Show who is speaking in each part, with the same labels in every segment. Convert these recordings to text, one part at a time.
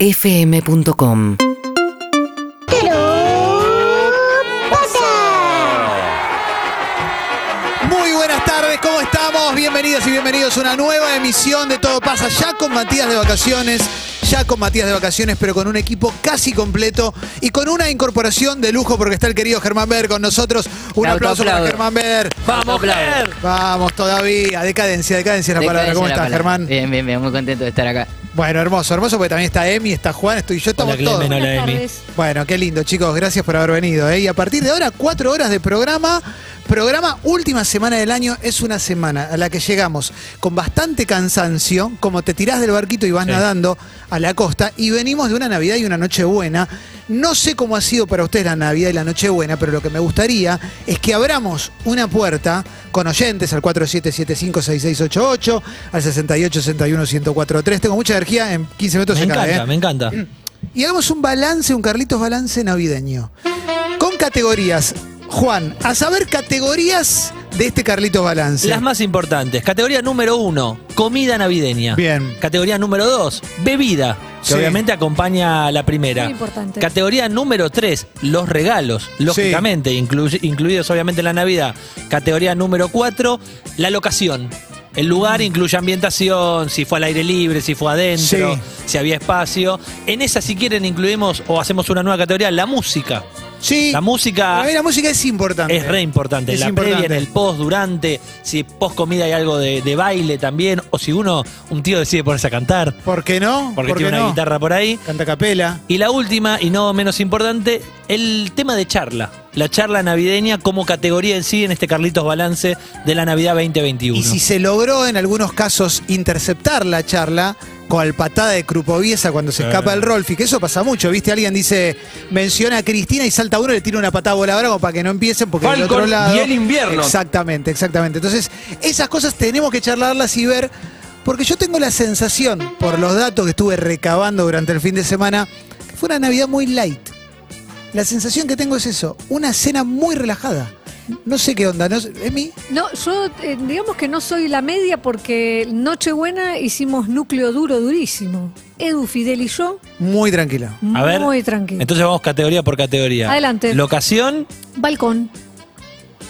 Speaker 1: urbanaplayfm.com
Speaker 2: Muy buenas tardes, ¿cómo estamos? Bienvenidos y bienvenidos a una nueva emisión de Todo Pasa, ya con Matías de vacaciones, ya con Matías de vacaciones, pero con un equipo casi completo y con una incorporación de lujo porque está el querido Germán Ver con nosotros. Un
Speaker 3: Me
Speaker 2: aplauso para
Speaker 3: autoaplaudo.
Speaker 2: Germán Ver.
Speaker 3: Vamos, Ger.
Speaker 2: Vamos todavía, decadencia, decadencia es la palabra. ¿Cómo estás, Germán?
Speaker 3: Bien, bien, bien, muy contento de estar acá.
Speaker 2: Bueno, hermoso, hermoso porque también está Emi, está Juan, estoy yo, estamos todos. Bueno, qué lindo, chicos. Gracias por haber venido. ¿eh? Y a partir de ahora, cuatro horas de programa. Programa última semana del año es una semana a la que llegamos con bastante cansancio, como te tirás del barquito y vas nadando a la costa, y venimos de una Navidad y una Nochebuena. No sé cómo ha sido para ustedes la Navidad y la Nochebuena, pero lo que me gustaría es que abramos una puerta con oyentes al 47756688, al 6861-1043. Tengo mucha energía, en 15 minutos
Speaker 4: Me
Speaker 2: se cae,
Speaker 4: encanta,
Speaker 2: ¿eh?
Speaker 4: me encanta.
Speaker 2: Y hagamos un balance, un Carlitos balance navideño. Con categorías. Juan, a saber categorías de este Carlitos balance.
Speaker 4: Las más importantes. Categoría número uno, comida navideña.
Speaker 2: Bien.
Speaker 4: Categoría número dos, bebida, que
Speaker 2: Sí.
Speaker 4: obviamente acompaña a la primera.
Speaker 5: Muy importante.
Speaker 4: Categoría número tres, los regalos, lógicamente, inclu- incluidos obviamente la Navidad. Categoría número cuatro, la locación. El
Speaker 2: Mm.
Speaker 4: lugar incluye ambientación, si fue al aire libre, si fue adentro,
Speaker 2: Sí.
Speaker 4: si había espacio. En esa, si quieren, incluimos o hacemos una nueva categoría, la música.
Speaker 2: sí.
Speaker 4: La música
Speaker 2: A ver, la música es importante.
Speaker 4: Es re importante.
Speaker 2: Es
Speaker 4: la
Speaker 2: importante.
Speaker 4: previa en el post, durante, si post comida hay algo de, de baile también, o si uno, un tío decide ponerse a cantar,
Speaker 2: ¿Por qué no?
Speaker 4: porque
Speaker 2: ¿Por qué
Speaker 4: tiene una
Speaker 2: no?
Speaker 4: guitarra por ahí.
Speaker 2: Canta capela.
Speaker 4: Y la última, y no menos importante, el tema de charla. La charla navideña como categoría en sí en este Carlitos Balance de la Navidad 2021.
Speaker 2: Y si se logró en algunos casos interceptar la charla con el patada de Crupoviesa cuando se escapa
Speaker 6: Eh.
Speaker 2: el Rolfi, que eso pasa mucho, ¿viste? Alguien dice, menciona a Cristina y salta uno y le tira una patada voladora como para que no empiecen porque del
Speaker 6: Falcon
Speaker 2: otro lado...
Speaker 6: y el invierno.
Speaker 2: Exactamente, exactamente. Entonces, esas cosas tenemos que charlarlas y ver, porque yo tengo la sensación, por los datos que estuve recabando durante el fin de semana, que fue una Navidad muy light. La sensación que tengo es eso, una cena muy relajada. No sé qué onda, ¿no? ¿Emi?
Speaker 5: No, yo eh, digamos que no soy la media porque Nochebuena hicimos núcleo duro durísimo. Edu, Fidel y yo,
Speaker 2: Muy tranquila.
Speaker 4: a ver,
Speaker 5: muy tranquilo.
Speaker 4: entonces vamos categoría por categoría.
Speaker 5: Adelante.
Speaker 4: Locación,
Speaker 5: Balcón.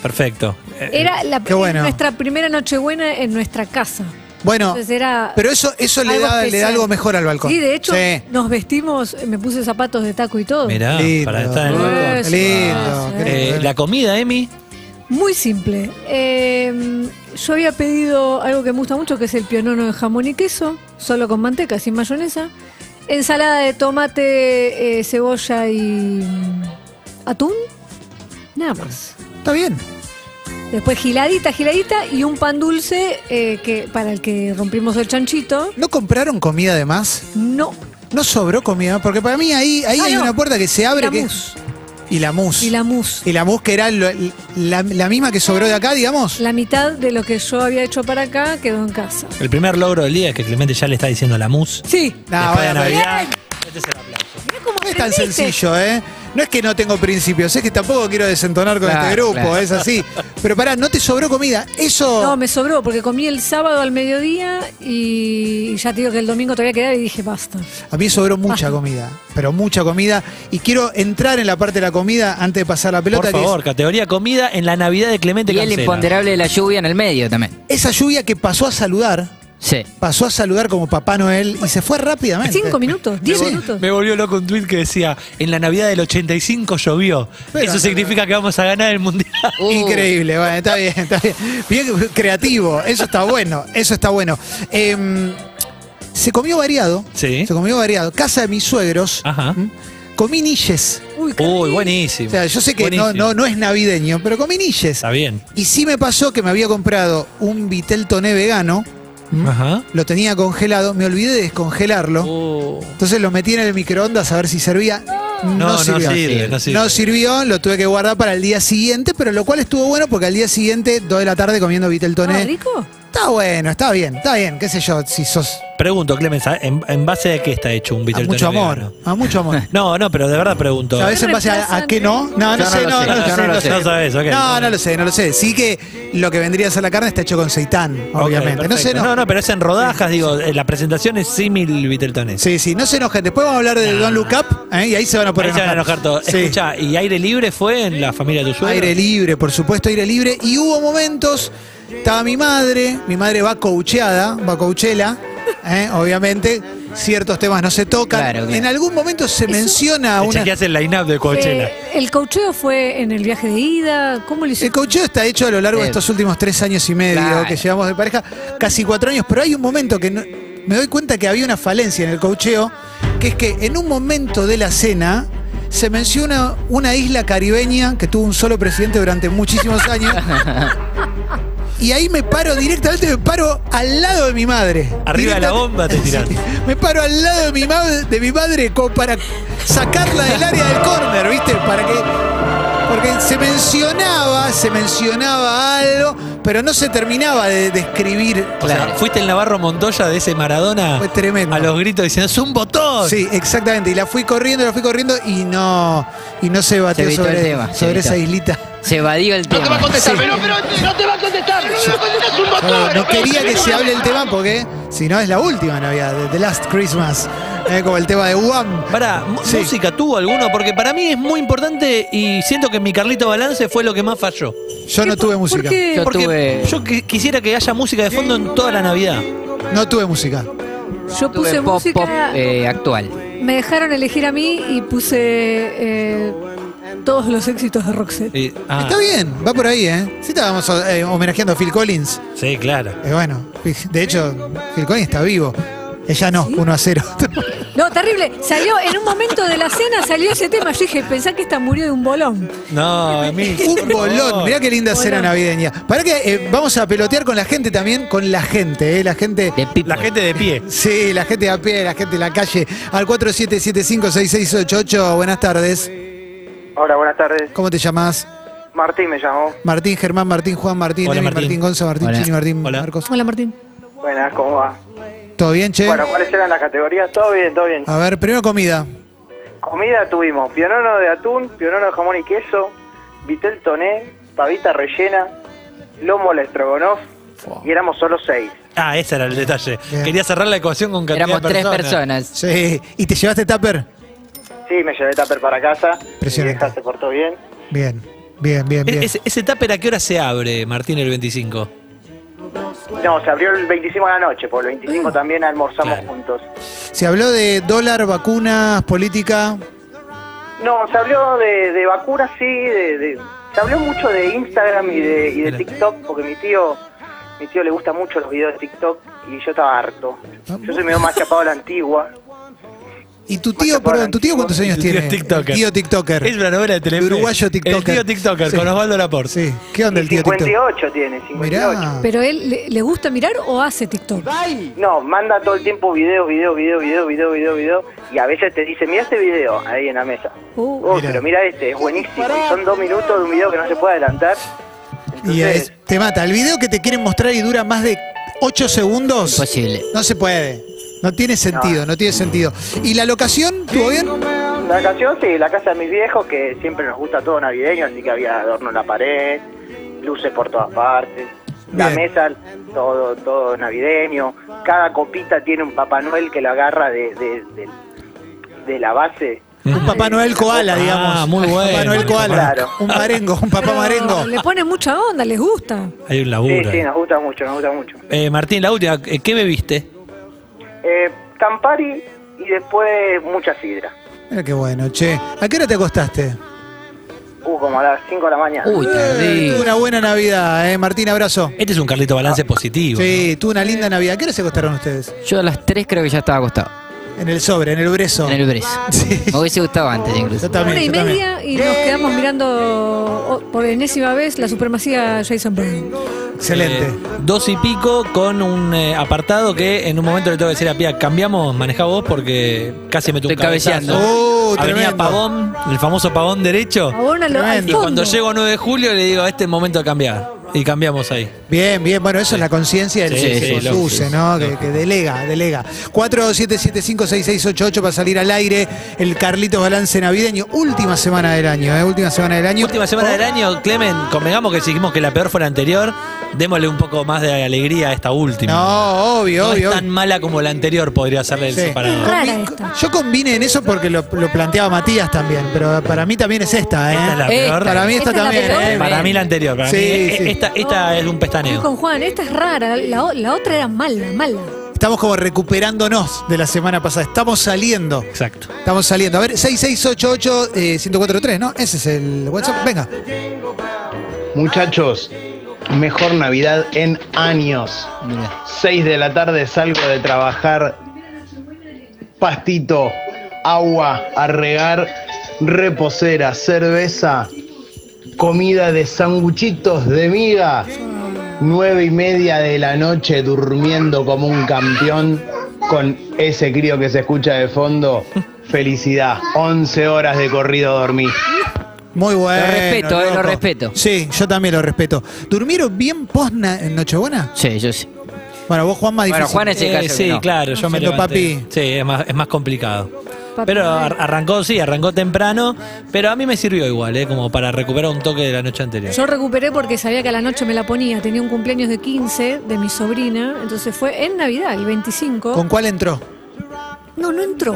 Speaker 4: perfecto. Eh,
Speaker 5: Era la,
Speaker 2: qué bueno.
Speaker 5: nuestra primera Nochebuena en nuestra casa.
Speaker 2: Bueno,
Speaker 5: Entonces era
Speaker 2: pero eso, eso le,
Speaker 5: algo
Speaker 2: da, le da
Speaker 5: especial.
Speaker 2: algo mejor al balcón.
Speaker 5: Sí, de hecho,
Speaker 2: Sí.
Speaker 5: nos vestimos, me puse zapatos de taco y
Speaker 2: Oh.
Speaker 5: todo.
Speaker 4: Mirá,
Speaker 2: Lindo.
Speaker 4: Ah, para estar en el balcón.
Speaker 5: Eso,
Speaker 2: Lindo,
Speaker 5: sí.
Speaker 2: qué
Speaker 4: Eh,
Speaker 2: lindo.
Speaker 4: la comida, Emi.
Speaker 5: Muy simple. Eh, yo había pedido algo que me gusta mucho, que es el pionono de jamón y queso, solo con manteca, sin mayonesa. Ensalada de tomate, eh, cebolla y mm, atún. Nada más.
Speaker 2: Está bien.
Speaker 5: Después giladita, giladita y un pan dulce eh, que para el que rompimos el chanchito.
Speaker 2: ¿No compraron comida de más?
Speaker 5: No.
Speaker 2: ¿No sobró comida? Porque para mí ahí, ahí
Speaker 5: Ah,
Speaker 2: hay
Speaker 5: no.
Speaker 2: una puerta que se abre.
Speaker 5: Y la
Speaker 2: que-
Speaker 5: mousse.
Speaker 2: Y la mus.
Speaker 5: Y la mousse.
Speaker 2: que era lo- la, la misma que sobró de acá, digamos.
Speaker 5: La mitad de lo que yo había hecho para acá quedó en casa.
Speaker 4: El primer logro del día es que Clemente ya le está diciendo la mus.
Speaker 5: Sí.
Speaker 2: Nah,
Speaker 4: Después de
Speaker 2: bueno,
Speaker 4: Navidad.
Speaker 5: Bien.
Speaker 4: Este es el aplauso.
Speaker 5: Mirá cómo
Speaker 2: No es tan
Speaker 5: aprendiste.
Speaker 2: sencillo, ¿eh? No es que no tengo principios, es que tampoco quiero desentonar con
Speaker 3: Claro,
Speaker 2: este grupo,
Speaker 3: claro.
Speaker 2: es así. Pero pará, no te sobró comida. Eso.
Speaker 5: No, me sobró porque comí el sábado al mediodía y ya te digo que el domingo todavía quedaba y dije basta.
Speaker 2: A mí sobró mucha
Speaker 5: Ajá.
Speaker 2: comida, pero mucha comida. Y quiero entrar en la parte de la comida antes de pasar la pelota.
Speaker 4: Por
Speaker 2: que es-
Speaker 4: favor, categoría comida en la Navidad de Clemente
Speaker 3: Y el
Speaker 4: Cancela.
Speaker 3: imponderable de la lluvia en el medio también.
Speaker 2: esa lluvia que pasó a saludar,
Speaker 3: Sí.
Speaker 2: pasó a saludar como Papá Noel y se fue rápidamente.
Speaker 5: Cinco minutos, diez
Speaker 2: Sí.
Speaker 5: minutos.
Speaker 4: Me volvió loco un tuit que decía, en la Navidad del 85 llovió.
Speaker 2: Pero-
Speaker 4: Eso significa que vamos a ganar el Mundial.
Speaker 3: Uh.
Speaker 2: Increíble, bueno, está bien, está bien. Bien creativo, eso está bueno, eso está bueno. Em, se comió variado,
Speaker 4: Sí.
Speaker 2: se comió variado. Casa de mis suegros,
Speaker 4: Ajá.
Speaker 2: ¿m? comí nilles.
Speaker 5: Uy, qué
Speaker 4: Uy,
Speaker 5: rico.
Speaker 4: buenísimo.
Speaker 2: O sea, yo sé que no,
Speaker 4: Buenísimo.
Speaker 2: no, no es navideño, pero comí nilles.
Speaker 4: Está bien.
Speaker 2: Y sí me pasó que me había comprado un vitel toné vegano, ¿Mm?
Speaker 4: Ajá.
Speaker 2: lo tenía congelado, me olvidé de descongelarlo.
Speaker 4: Oh.
Speaker 2: Entonces lo metí en el microondas a ver si servía. Uh. No,
Speaker 4: No, no
Speaker 2: sirvió.
Speaker 4: sirve, no sirve.
Speaker 2: No sirvió, lo tuve que guardar para el día siguiente, pero lo cual estuvo bueno porque al día siguiente, 2 de la tarde comiendo
Speaker 5: Ah,
Speaker 2: Viteltoné.
Speaker 5: rico.
Speaker 2: Está Está bueno, está bien, está bien, qué sé yo, si sos
Speaker 4: Pregunto, Clemens, ¿a- ¿en, en base a qué está hecho un
Speaker 2: a
Speaker 4: bizcocho
Speaker 2: mucho amor,
Speaker 4: vegano?
Speaker 2: a mucho amor.
Speaker 4: No, no, pero de verdad pregunto.
Speaker 2: ¿Sabes en base a, a qué no? No, no
Speaker 3: Yo
Speaker 2: sé, no,
Speaker 3: no lo sé,
Speaker 2: no
Speaker 3: yo
Speaker 2: sé,
Speaker 3: no lo
Speaker 2: no
Speaker 3: sé.
Speaker 2: sé.
Speaker 4: No sabes, ok.
Speaker 2: No, no lo sé, no lo sé. Sí que lo que vendría a ser la carne está hecho con seitán,
Speaker 4: Ok,
Speaker 2: obviamente. no sé,
Speaker 4: perfecto.
Speaker 2: no.
Speaker 4: no, pero es en rodajas, digo, eh, la presentación es símil Viteltones.
Speaker 2: Sí, sí, no se enojen. Después vamos a hablar de Don Look Up ¿eh? y ahí se van a poner
Speaker 4: Ahí se van a enojar todos.
Speaker 2: Sí.
Speaker 4: Escucha, ¿y aire libre fue en la familia de tu suegro?
Speaker 2: Aire libre, por supuesto, aire libre. Y hubo momentos, estaba mi madre, mi madre va coacheada, va coachela, ¿eh? obviamente, ciertos temas no se tocan.
Speaker 3: Claro, claro.
Speaker 2: En algún momento se menciona una...
Speaker 4: Chequeás el line-up de Coachella.
Speaker 5: Eh, ¿El cocheo fue en el viaje de ida? ¿Cómo lo
Speaker 2: El
Speaker 5: hicieron?
Speaker 2: coacheo está hecho a lo largo de
Speaker 3: Sí.
Speaker 2: estos últimos tres años y medio
Speaker 3: Claro.
Speaker 2: que llevamos de pareja, casi cuatro años, pero hay un momento que no- me doy cuenta que había una falencia en el coacheo, que es que en un momento de la cena se menciona una isla caribeña que tuvo un solo presidente durante muchísimos años. Y ahí me paro directamente, me paro al lado de mi madre.
Speaker 4: Arriba de la bomba te tirás.
Speaker 2: Sí. Me paro al lado de mi, ma- de mi madre como para sacarla del área del córner, ¿viste? Para que. Porque se mencionaba, se mencionaba algo, pero no se terminaba de describir.
Speaker 4: O sea,
Speaker 3: Claro.
Speaker 4: fuiste el Navarro Montoya de ese Maradona
Speaker 2: Fue tremendo.
Speaker 4: a los gritos diciendo, ¡es un botón!
Speaker 2: Sí, exactamente. Y la fui corriendo, la fui corriendo y no, y no se batió
Speaker 3: evitó
Speaker 2: sobre,
Speaker 3: el tema, se
Speaker 2: sobre
Speaker 3: evitó.
Speaker 2: esa islita.
Speaker 3: Se evadió el tema.
Speaker 7: contestar,
Speaker 3: Sí.
Speaker 7: pero, pero no te va a contestar. No te va a contestar, es un
Speaker 2: No,
Speaker 7: botón.
Speaker 2: no quería que se hable el tema porque si no es la última Navidad, de The Last Christmas, eh, como el tema de Wham.
Speaker 4: Pará, mu-
Speaker 2: Sí.
Speaker 4: ¿música tuvo alguno? Porque para mí es muy importante y siento que mi Carlito Balance fue lo que más falló.
Speaker 2: Yo no
Speaker 5: ¿Qué?
Speaker 2: tuve
Speaker 5: ¿Por
Speaker 2: música.
Speaker 5: qué?
Speaker 3: Yo
Speaker 4: Porque
Speaker 3: tuve-
Speaker 4: yo qui- quisiera que haya música de fondo en toda la Navidad.
Speaker 2: No tuve música.
Speaker 3: Ah.
Speaker 5: Yo
Speaker 3: Tuve
Speaker 5: puse
Speaker 3: pop,
Speaker 5: música.
Speaker 3: pop eh, actual.
Speaker 5: Me dejaron elegir a mí y puse eh, todos los éxitos de Roxette.
Speaker 4: Y- ah,
Speaker 2: Está bien, va por ahí, ¿eh? Sí estábamos eh, homenajeando a Phil Collins.
Speaker 4: Sí, claro.
Speaker 2: Eh, bueno, de hecho, Phil Collins está vivo. Ella no, 1 a 0.
Speaker 5: No, terrible. Salió en un momento de la cena, salió ese tema. Yo dije, pensá que esta murió de un bolón.
Speaker 4: No, a mí.
Speaker 2: Un bolón, mirá qué linda cena navideña. Para que eh, vamos a pelotear con la gente también, con la gente, ¿eh? La gente...
Speaker 3: De people.
Speaker 4: La gente de pie.
Speaker 2: Sí, la gente de a pie, la gente de la calle. Al 47756688, buenas tardes.
Speaker 8: Hola, buenas tardes.
Speaker 2: ¿Cómo te llamas?
Speaker 8: Martín me llamó.
Speaker 2: Martín, Germán, Martín, Juan, Martín,
Speaker 4: Hola,
Speaker 2: Emi, Martín.
Speaker 4: Martín.
Speaker 2: Gonza, Martín,
Speaker 3: Hola.
Speaker 2: Chini, Martín,
Speaker 4: Hola.
Speaker 2: Marcos.
Speaker 5: Hola, Martín.
Speaker 8: Buenas, ¿cómo va?
Speaker 2: ¿Todo bien, che?
Speaker 8: Bueno, ¿cuáles eran las categorías? Todo bien, todo bien.
Speaker 2: A ver, primero comida.
Speaker 8: Comida tuvimos pionono de atún, pionono de jamón y queso, vitel toné, pavita rellena, lomo al estrogonoff y éramos solo seis.
Speaker 4: Ah, ese era el detalle.
Speaker 2: Bien.
Speaker 4: Quería cerrar la ecuación con cantidad
Speaker 3: Éramos
Speaker 4: de
Speaker 3: tres
Speaker 4: personas.
Speaker 3: personas.
Speaker 2: Sí. ¿Y te llevaste tupper?
Speaker 8: Sí, me llevé tupper para casa. Mi
Speaker 2: Impresionante.
Speaker 8: vieja se portó bien.
Speaker 2: Bien, bien, bien,
Speaker 4: E-
Speaker 2: bien.
Speaker 4: Ese, ese tupper, ¿a qué hora se abre, Martín, el 25?
Speaker 8: No, se abrió el 25 de la noche, por el 25 también almorzamos
Speaker 4: Claro.
Speaker 8: juntos.
Speaker 2: Se habló de dólar, vacunas, política.
Speaker 8: No, se habló de, de vacunas, sí, de, de- se habló mucho de Instagram y de, y de TikTok, porque mi tío, mi tío le gusta mucho los videos de TikTok y yo estaba harto.
Speaker 2: Ah,
Speaker 8: Yo soy medio más chapado a la antigua.
Speaker 2: ¿Y tu tío,
Speaker 8: Más que
Speaker 2: perdón, tu tío cuántos años
Speaker 4: El tío
Speaker 2: tiene?
Speaker 4: TikToker.
Speaker 2: El tío TikToker.
Speaker 4: Es una novela de televisión.
Speaker 2: Uruguayo
Speaker 4: El tío
Speaker 2: TikToker.
Speaker 4: TikToker,
Speaker 2: Sí.
Speaker 4: con Osvaldo Laporte.
Speaker 2: Sí. ¿Qué onda
Speaker 8: Y
Speaker 2: el tío TikTok?
Speaker 8: 58 tiene, 58.
Speaker 2: Mirá.
Speaker 5: Pero él, ¿le, le gusta mirar o hace TikTok?
Speaker 8: No, manda todo el tiempo videos, videos, videos, videos, videos, videos, videos. Y a veces te dice, mira este video ahí en la mesa.
Speaker 5: Uh,
Speaker 8: Oh,
Speaker 2: Mirá.
Speaker 8: pero mira este, es buenísimo. Y son dos minutos de un video que no se puede adelantar.
Speaker 2: Y es-
Speaker 8: Entonces,
Speaker 2: te mata. El video que te quieren mostrar y dura más de 8 segundos.
Speaker 4: Pues-
Speaker 3: Imposible.
Speaker 2: No se puede. No tiene sentido, no tiene sentido. ¿Y la locación? ¿Estuvo bien?
Speaker 8: La canción, sí, la casa de mis viejos, que siempre nos gusta todo navideño, así que había adorno en la pared, luces por todas partes, la
Speaker 2: Bien.
Speaker 8: mesa, todo todo navideño, cada copita tiene un Papá Noel que la agarra de, de, de- de la base.
Speaker 2: Un Papá Noel Koala,
Speaker 4: Ah,
Speaker 2: digamos.
Speaker 4: muy bueno.
Speaker 2: Papá Noel Koala.
Speaker 8: Claro.
Speaker 2: Un marengo, un papá
Speaker 5: pero
Speaker 2: marengo.
Speaker 5: Le pone mucha onda, les gusta.
Speaker 4: Hay
Speaker 8: Sí,
Speaker 4: un laburo.
Speaker 8: sí, nos gusta mucho, nos gusta mucho.
Speaker 4: Eh, Martín, la última, eh, ¿qué bebiste?
Speaker 8: Eh, Campari y después mucha sidra.
Speaker 2: Mira qué bueno, che. ¿A qué hora te acostaste?
Speaker 8: Uh, como a las 5 de la mañana.
Speaker 3: Uy,
Speaker 2: Eh, tuvo
Speaker 3: tardí.
Speaker 2: una buena Navidad, eh. Martín, abrazo.
Speaker 4: Este es un Carlito
Speaker 8: Ah.
Speaker 4: Balance positivo. Eh,
Speaker 2: Sí, tuvo una linda Navidad. ¿A qué hora se acostaron ustedes?
Speaker 3: Yo a las tres creo que ya estaba acostado.
Speaker 2: En el sobre, en el brezo.
Speaker 3: En el brezo.
Speaker 2: Sí.
Speaker 3: Me hubiese gustado antes incluso.
Speaker 2: Yo también,
Speaker 5: Una y
Speaker 2: yo también.
Speaker 5: media y nos quedamos mirando oh, por enésima vez la supremacía Jason Bourne.
Speaker 2: Excelente.
Speaker 4: Eh, dos y pico con un eh, apartado que en un momento le tengo que decir a Pia, cambiamos, manejá vos porque casi me tuve un
Speaker 3: Estoy cabeceando.
Speaker 2: Oh,
Speaker 4: Avenida
Speaker 2: tremendo.
Speaker 4: Pavón, el famoso Pavón derecho.
Speaker 5: Abona lo al
Speaker 2: Tremendo.
Speaker 5: fondo.
Speaker 4: Cuando llego a 9 de julio le digo, este es el momento de cambiar. y cambiamos ahí.
Speaker 2: Bien, bien, bueno, eso es la conciencia del
Speaker 4: Sí,
Speaker 2: que
Speaker 4: sí,
Speaker 2: se
Speaker 4: lógico,
Speaker 2: use, ¿no? Que, que delega, delega. 47756688 para salir al aire el Carlitos Balance Navideño, última semana del año, ¿eh? Última semana del año.
Speaker 4: Última semana del año, Clemen, convengamos que si dijimos que la peor fue la anterior, démosle un poco más de alegría a esta última.
Speaker 2: No, obvio,
Speaker 4: No
Speaker 2: obvio.
Speaker 4: es tan mala como la anterior, podría ser el
Speaker 2: Sí.
Speaker 4: separado.
Speaker 5: Rara
Speaker 2: Combi-
Speaker 5: esta.
Speaker 2: Yo combine en eso porque lo, lo planteaba Matías también, pero para mí también es esta, ¿eh?
Speaker 4: Esta es la
Speaker 3: Eh,
Speaker 4: peor.
Speaker 2: para mí
Speaker 5: Esta
Speaker 2: esta,
Speaker 5: es la
Speaker 2: también,
Speaker 5: peor.
Speaker 2: ¿eh?
Speaker 4: Para mí la anterior. Para
Speaker 2: Sí,
Speaker 4: mí, e-
Speaker 2: sí.
Speaker 4: Esta, esta es un
Speaker 5: Estoy
Speaker 4: pestaneo.
Speaker 5: con Juan, esta es rara, la, o- la otra era mala, mala.
Speaker 2: Estamos como recuperándonos de la semana pasada, estamos saliendo.
Speaker 4: Exacto.
Speaker 2: Estamos saliendo. A ver, eh, 6688-1043, ¿no? Ese es el WhatsApp. Venga.
Speaker 8: Muchachos, mejor Navidad en años. 6 de la tarde salgo de trabajar. Pastito, agua a regar, reposera, cerveza, comida de sanguchitos de miga. Nueve y media de la noche durmiendo como un campeón con ese crío que se escucha de fondo. Felicidad. 11 horas de corrido dormí.
Speaker 2: Muy bueno.
Speaker 3: respeto, eh, lo
Speaker 2: loco.
Speaker 3: respeto.
Speaker 2: Sí, yo también lo respeto. ¿Durmieron bien post na- en Nochebuena?
Speaker 3: Sí, yo sí.
Speaker 2: Bueno, vos, Juan, más difícil.
Speaker 3: Bueno, Juan es el
Speaker 4: Eh,
Speaker 3: caso. que
Speaker 4: sí,
Speaker 3: no.
Speaker 4: claro, yo me
Speaker 2: Siendo
Speaker 4: levanté.
Speaker 2: papi.
Speaker 4: Sí, es más, es más complicado.
Speaker 5: Papi
Speaker 4: Pero
Speaker 5: Noel.
Speaker 4: ar- arrancó, sí, arrancó temprano, pero a mí me sirvió igual, ¿eh? como para recuperar un toque de la noche anterior.
Speaker 5: Yo recuperé porque sabía que a la noche me la ponía. Tenía un cumpleaños de 15 de mi sobrina, entonces fue en Navidad, el 25.
Speaker 2: ¿Con cuál entró?
Speaker 5: No, no entró.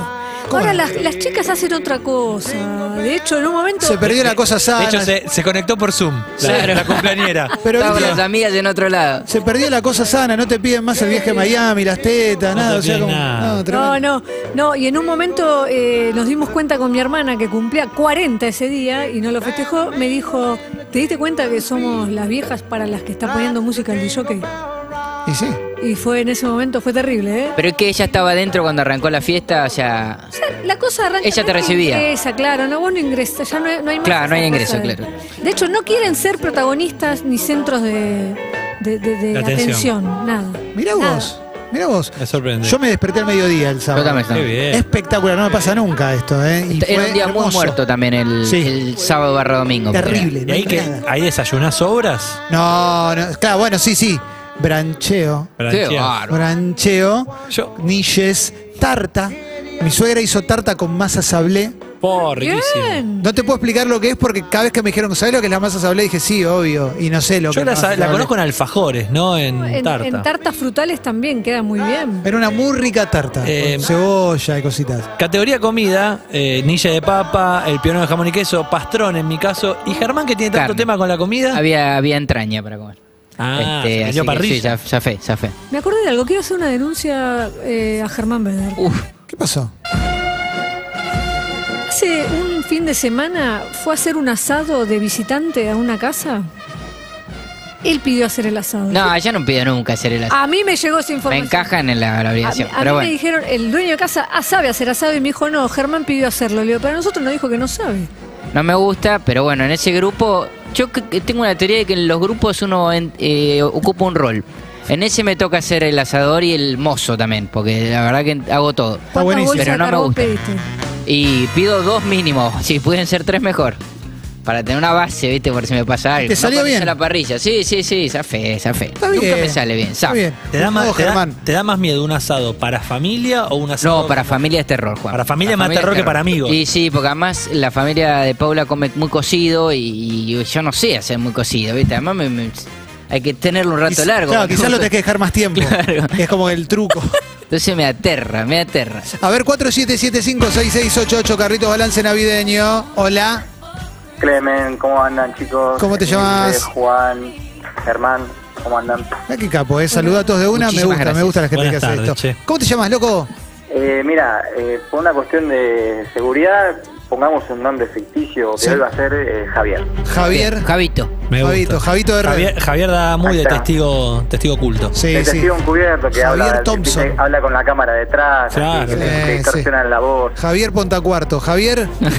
Speaker 5: Ahora las, las chicas hacen otra cosa. De hecho, en un momento.
Speaker 2: Se perdió la cosa
Speaker 4: De
Speaker 2: sana.
Speaker 4: hecho, se, se conectó por Zoom, la,
Speaker 3: Claro.
Speaker 4: la cumpleañera.
Speaker 2: Pero,
Speaker 3: Estaba con
Speaker 2: ¿viste?
Speaker 3: las amigas en otro lado.
Speaker 2: Se perdió la cosa sana. No te piden más el viaje a Miami, las tetas,
Speaker 4: No
Speaker 2: nada.
Speaker 4: te
Speaker 2: o sea,
Speaker 4: piden
Speaker 2: como-
Speaker 4: nada.
Speaker 2: no,
Speaker 5: No,
Speaker 2: tremendo.
Speaker 5: no, no. Y en un momento eh, nos dimos cuenta con mi hermana que cumplía 40 ese día y no lo festejó. Me dijo: ¿Te diste cuenta que somos las viejas para las que está poniendo música el DJ?
Speaker 2: Y sí.
Speaker 5: Y fue en ese momento, fue terrible, ¿eh?
Speaker 3: Pero es que ella estaba adentro cuando arrancó la fiesta, o sea.
Speaker 5: O sea, la cosa arranca.
Speaker 3: Ella te
Speaker 5: no es que
Speaker 3: recibía.
Speaker 5: Ingresa, claro, no, vos no ingresas, ya no hay, no hay más
Speaker 3: Claro, no hay
Speaker 5: esa
Speaker 3: ingreso,
Speaker 5: cosa de-
Speaker 3: claro.
Speaker 5: De hecho, no quieren ser protagonistas ni centros de, de- de- de
Speaker 4: De
Speaker 5: atención.
Speaker 4: atención.
Speaker 5: nada.
Speaker 2: Mirá
Speaker 5: Nada.
Speaker 2: vos. Mirá vos.
Speaker 4: Me sorprende.
Speaker 2: Yo me desperté al mediodía el sábado.
Speaker 3: Yo también,
Speaker 4: Qué
Speaker 3: también.
Speaker 4: bien.
Speaker 2: Espectacular, no me pasa nunca esto, ¿eh? Y
Speaker 3: Era
Speaker 2: fue
Speaker 3: un día muy
Speaker 2: hermoso.
Speaker 3: muerto también el,
Speaker 2: Sí.
Speaker 3: el sábado barra domingo. porque
Speaker 2: Terrible.
Speaker 4: ¿Y ahí,
Speaker 2: no
Speaker 4: que,
Speaker 2: hay nada.
Speaker 4: ahí desayunás obras?
Speaker 2: No, no, claro, bueno, sí, sí. Brancheo,
Speaker 3: Qué
Speaker 4: Franchia.
Speaker 3: bárbaro.
Speaker 2: brancheo,
Speaker 4: Yo-
Speaker 2: niches, tarta. Mi suegra hizo tarta con masa sablé.
Speaker 4: Por, riquísimo.
Speaker 5: Bien.
Speaker 2: No te puedo explicar lo que es porque cada vez que me dijeron, ¿sabes lo que es la masa sablé? Dije, sí, obvio. Y no sé lo que
Speaker 4: Yo
Speaker 2: es
Speaker 4: la,
Speaker 2: masa
Speaker 4: sa- la
Speaker 2: sablé.
Speaker 4: conozco en alfajores, no en,
Speaker 5: En,
Speaker 4: tarta.
Speaker 5: en tartas frutales también queda muy bien.
Speaker 2: Era una muy rica tarta.
Speaker 4: Eh,
Speaker 2: con cebolla y cositas.
Speaker 4: Categoría comida, eh, nilla de papa, el pionero de jamón y queso, pastrón en mi caso, y Germán que tiene tanto
Speaker 3: Carne.
Speaker 4: tema con la comida.
Speaker 3: Había, había entraña para comer.
Speaker 4: Ah,
Speaker 3: Este,
Speaker 4: se
Speaker 3: así
Speaker 4: prendió
Speaker 3: que
Speaker 4: parrilla.
Speaker 3: sí, ya, ya fue, ya fue.
Speaker 5: Me acordé de algo, quiero hacer una denuncia eh, a Germán Beder.
Speaker 3: Uf,
Speaker 2: ¿Qué pasó?
Speaker 5: Hace un fin de semana fue a hacer un asado de visitante a una casa. Él pidió hacer el asado.
Speaker 3: no, ya no pido nunca hacer el asado.
Speaker 5: A mí me llegó esa
Speaker 3: Me
Speaker 5: información.
Speaker 3: encajan en la, la
Speaker 5: Ah, A,
Speaker 3: obligación.
Speaker 5: a mí
Speaker 3: pero bueno.
Speaker 5: me dijeron, el dueño de casa ah, sabe hacer asado y me dijo, no, Germán pidió hacerlo. Le digo, pero a nosotros nos dijo que no sabe.
Speaker 3: No me gusta, pero bueno, en ese grupo, yo c- que tengo una teoría de que en los grupos uno en- eh, ocupa un rol. En ese me toca ser el asador y el mozo también, porque la verdad que hago todo.
Speaker 2: Está buenísimo.
Speaker 5: ¿Cuántas bolsas
Speaker 3: Pero no
Speaker 5: de
Speaker 3: me
Speaker 5: carbón
Speaker 3: gusta.
Speaker 5: pediste?
Speaker 3: Y pido dos mínimos, si pueden ser tres mejor. Para tener una base, viste, por si me pasa algo.
Speaker 2: ¿Te salió
Speaker 3: no conoce
Speaker 2: bien?
Speaker 3: la parrilla. Sí, sí, sí, zafé, zafé.
Speaker 2: Está
Speaker 3: Nunca
Speaker 2: bien.
Speaker 3: me sale bien,
Speaker 2: Está
Speaker 3: zafé.
Speaker 2: bien.
Speaker 4: ¿Te da,
Speaker 2: Por
Speaker 4: más,
Speaker 2: favor,
Speaker 4: te, da,
Speaker 2: Germán.
Speaker 4: te da más miedo un asado para familia o un asado?
Speaker 3: No, para familia es terror, Juan.
Speaker 4: Para familia es más
Speaker 3: familia
Speaker 4: terror que para amigos.
Speaker 3: Y sí, porque además la familia de Paula come muy cocido y, y yo no sé hacer muy cocido, ¿viste? Además me- me- hay que tenerlo un rato
Speaker 2: Quiz-
Speaker 3: largo.
Speaker 2: Claro,
Speaker 3: porque-
Speaker 2: quizás lo tenés que dejar más tiempo.
Speaker 3: Claro.
Speaker 2: Es como el truco.
Speaker 3: Entonces me aterra, me aterra.
Speaker 2: A ver, 47756688, Carritos Balance Navideño. Hola.
Speaker 6: Clemen, ¿cómo andan chicos?
Speaker 2: ¿Cómo te llamás?
Speaker 6: Eh, Juan, Germán, ¿cómo andan?
Speaker 2: Mira qué capo, eh. Saluda a todos de una.
Speaker 3: Muchísimas
Speaker 2: me gusta,
Speaker 3: gracias.
Speaker 2: me gusta la gente
Speaker 4: Buenas
Speaker 2: que hace
Speaker 4: tardes,
Speaker 2: esto.
Speaker 4: che.
Speaker 2: ¿Cómo te llamas, loco?
Speaker 6: Eh, mira, eh, por una cuestión de seguridad, pongamos un nombre ficticio, que
Speaker 2: Sí.
Speaker 6: hoy va a ser eh, Javier.
Speaker 2: Javier.
Speaker 3: Bien, Javito.
Speaker 4: Me gusta.
Speaker 2: Javito, Javito de Red.
Speaker 4: Javier, Javier da muy
Speaker 6: Ahí
Speaker 4: de
Speaker 6: está.
Speaker 4: testigo, testigo oculto.
Speaker 2: Sí, sí.
Speaker 6: Detective encubierto que
Speaker 2: Javier
Speaker 6: habla, que
Speaker 2: Thompson. Eh,
Speaker 6: empieza- habla con la cámara detrás, así,
Speaker 4: Claro.
Speaker 6: que te-
Speaker 2: Sí,
Speaker 6: te distorsionan la voz.
Speaker 2: Javier Pontacuarto. Javier, ¿cómo,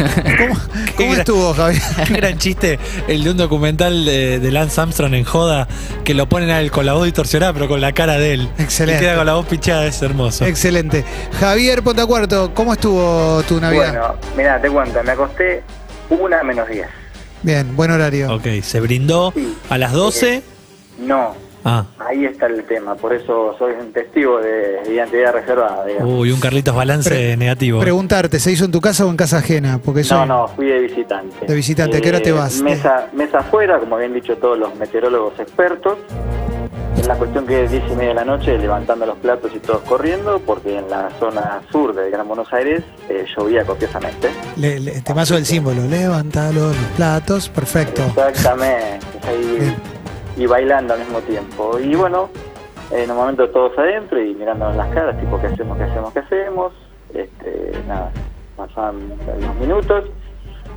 Speaker 2: cómo
Speaker 4: gra-
Speaker 2: estuvo, Javier?
Speaker 4: Qué gran chiste el de un documental de, de Lance Armstrong en Joda que lo ponen a él con la voz distorsionada pero con la cara de él.
Speaker 2: Excelente.
Speaker 4: Y queda con la voz pichada, es hermoso.
Speaker 2: Excelente. Javier Pontacuarto, ¿cómo estuvo tu Navidad?
Speaker 6: Bueno, mira, te cuento, me acosté una menos 10.
Speaker 2: Bien, buen horario.
Speaker 4: ok, se brindó
Speaker 6: Sí.
Speaker 4: a las 12
Speaker 6: No,
Speaker 4: Ah.
Speaker 6: ahí está el tema. Por eso soy un testigo de identidad reservada. digamos.
Speaker 4: Uy, un Carlitos balance
Speaker 2: Pre-
Speaker 4: negativo.
Speaker 2: Preguntarte, ¿se hizo en tu casa o en casa ajena? Porque eso.
Speaker 6: No, no, fui de visitante. Eh,
Speaker 2: De visitante, ¿a qué hora te vas?
Speaker 6: Mesa, mesa afuera, como habían dicho todos los meteorólogos expertos. Es la cuestión que es 10 y media de la noche, levantando los platos y todos corriendo, porque en la zona sur de Gran Buenos Aires eh, llovía copiosamente.
Speaker 2: Le, le- te paso el símbolo. Levántalo, los platos. Perfecto.
Speaker 6: Exactamente. ahí-
Speaker 2: Bien.
Speaker 6: y bailando al mismo tiempo. Y bueno, en un momento todos adentro y mirándonos las caras, tipo, ¿qué hacemos, qué hacemos, qué hacemos? Este, nada, pasaban los minutos,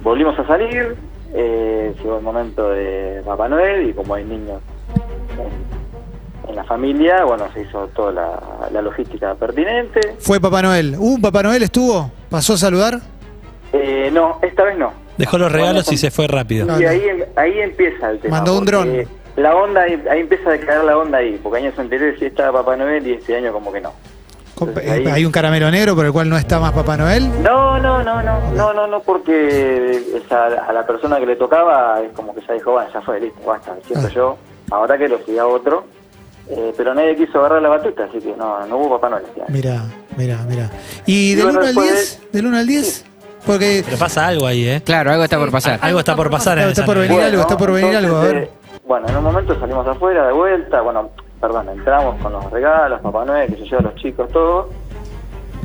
Speaker 6: volvimos a salir, eh, llegó el momento de Papá Noel y como hay niños en, en la familia, bueno, se hizo toda la, la logística pertinente.
Speaker 2: Fue Papá Noel. ¿Uh, Papá Noel estuvo? ¿Pasó a saludar?
Speaker 6: Eh, no, esta vez no.
Speaker 4: Dejó los regalos y se fue rápido.
Speaker 2: Claro.
Speaker 6: Y ahí, em- ahí empieza el tema.
Speaker 2: Mandó un
Speaker 6: porque
Speaker 2: dron.
Speaker 6: La onda, ahí, ahí empieza a decaer la onda ahí, porque años anteriores sí estaba Papá Noel y este año como que no.
Speaker 2: Con-
Speaker 6: Entonces,
Speaker 2: eh,
Speaker 6: ahí-
Speaker 2: Hay un caramelo negro por el cual no está más Papá Noel.
Speaker 6: No, no, no, no, no, no, no, porque esa- a la persona que le tocaba es como que ya dijo, bueno, ya fue, listo, basta, siento
Speaker 2: Ah.
Speaker 6: yo, ahora que lo siga otro, Eh, pero nadie quiso agarrar la batuta, así que no, no hubo Papá Noel este año.
Speaker 2: Mirá, mirá, mirá. ¿Y
Speaker 6: Y
Speaker 2: del
Speaker 6: bueno,
Speaker 2: 1 al
Speaker 6: después
Speaker 2: 10? ¿Del 1 al 10? Porque
Speaker 4: Pero pasa algo ahí, ¿eh?
Speaker 3: Claro, algo está por pasar.
Speaker 4: Algo está por pasar en
Speaker 2: Está
Speaker 4: esa
Speaker 2: por
Speaker 4: Navidad.
Speaker 2: venir. algo, está por venir algo, a ver.
Speaker 6: eh, bueno, en un momento salimos afuera de vuelta, bueno, perdón, entramos con los regalos, Papá Noel, que se yo, los chicos, todo.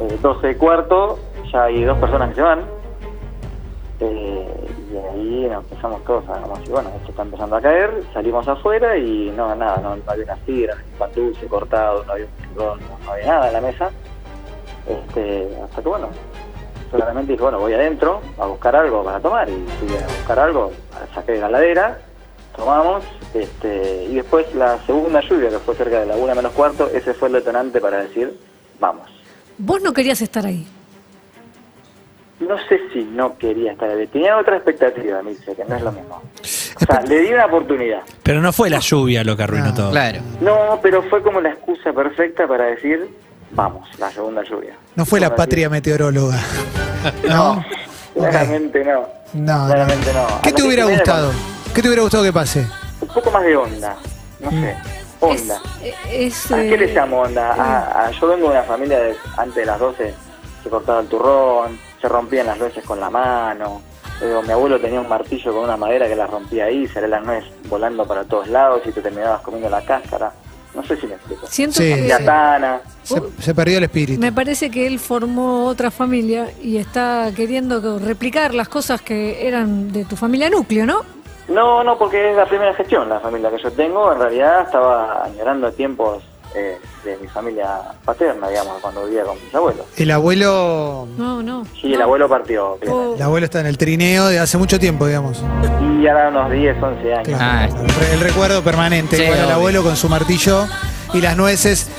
Speaker 6: Eh, 12 y cuarto, ya hay dos personas que se van. Eh, y ahí nos empezamos todos a como si, bueno, esto está empezando a caer, salimos afuera y no, nada, no, no había una sidra, no había un pan dulce cortado, no había un chicón, no había nada en la mesa. Este, hasta que bueno, solamente dije, bueno, voy adentro a buscar algo para tomar. Y fui a buscar algo, saqué de la ladera, tomamos, este, y después la segunda lluvia, que fue cerca de la una menos cuarto, ese fue el detonante para decir, vamos.
Speaker 5: Vos no querías estar ahí.
Speaker 6: No sé si no quería estar ahí. Tenía otra expectativa, me dice, que no es lo mismo. O sea, le di una oportunidad.
Speaker 4: Pero no fue la lluvia lo que arruinó
Speaker 2: Ah,
Speaker 4: todo.
Speaker 3: Claro.
Speaker 6: No, pero fue como la excusa perfecta para decir, vamos, la segunda lluvia.
Speaker 2: no fue la
Speaker 6: Bueno,
Speaker 2: patria meteoróloga. ¿No?
Speaker 6: sí,
Speaker 2: Ok.
Speaker 6: Claramente no.
Speaker 2: No, no.
Speaker 6: Claramente no. A
Speaker 2: ¿Qué
Speaker 6: las
Speaker 2: te hubiera
Speaker 6: diez y media,
Speaker 2: gustado? ¿Qué te hubiera gustado que pase?
Speaker 6: Un poco más de onda, no sé. Onda.
Speaker 5: Mm. Es, es,
Speaker 6: ¿A qué
Speaker 5: eh,
Speaker 6: le llamo onda? A- a- yo vengo de una familia de antes de las 12 se cortaba el turrón, se rompían las nueces con la mano. Digo, mi abuelo tenía un martillo con una madera que la rompía ahí, salía la nuez volando para todos lados y te terminabas comiendo la cáscara. No sé si me explico.
Speaker 5: Siento
Speaker 2: Sí,
Speaker 5: que
Speaker 6: La tana.
Speaker 2: Se, se perdió el espíritu.
Speaker 5: me parece que él formó otra familia y está queriendo co- replicar las cosas que eran de tu familia núcleo, ¿no?
Speaker 6: No, no, porque es la primera gestión la familia que yo tengo. En realidad estaba añorando tiempos eh, de mi familia paterna, digamos, cuando vivía con mis abuelos.
Speaker 2: El abuelo.
Speaker 5: No, no.
Speaker 6: Sí, el
Speaker 5: no.
Speaker 6: abuelo partió. Clemente.
Speaker 5: Oh,
Speaker 2: El abuelo está en el trineo de hace mucho tiempo, digamos.
Speaker 6: Y ahora unos 10, 11 años.
Speaker 2: Claro. El re- El recuerdo permanente.
Speaker 3: Ah, Sí,
Speaker 2: igual el
Speaker 3: obvio.
Speaker 2: abuelo con su martillo y las nueces.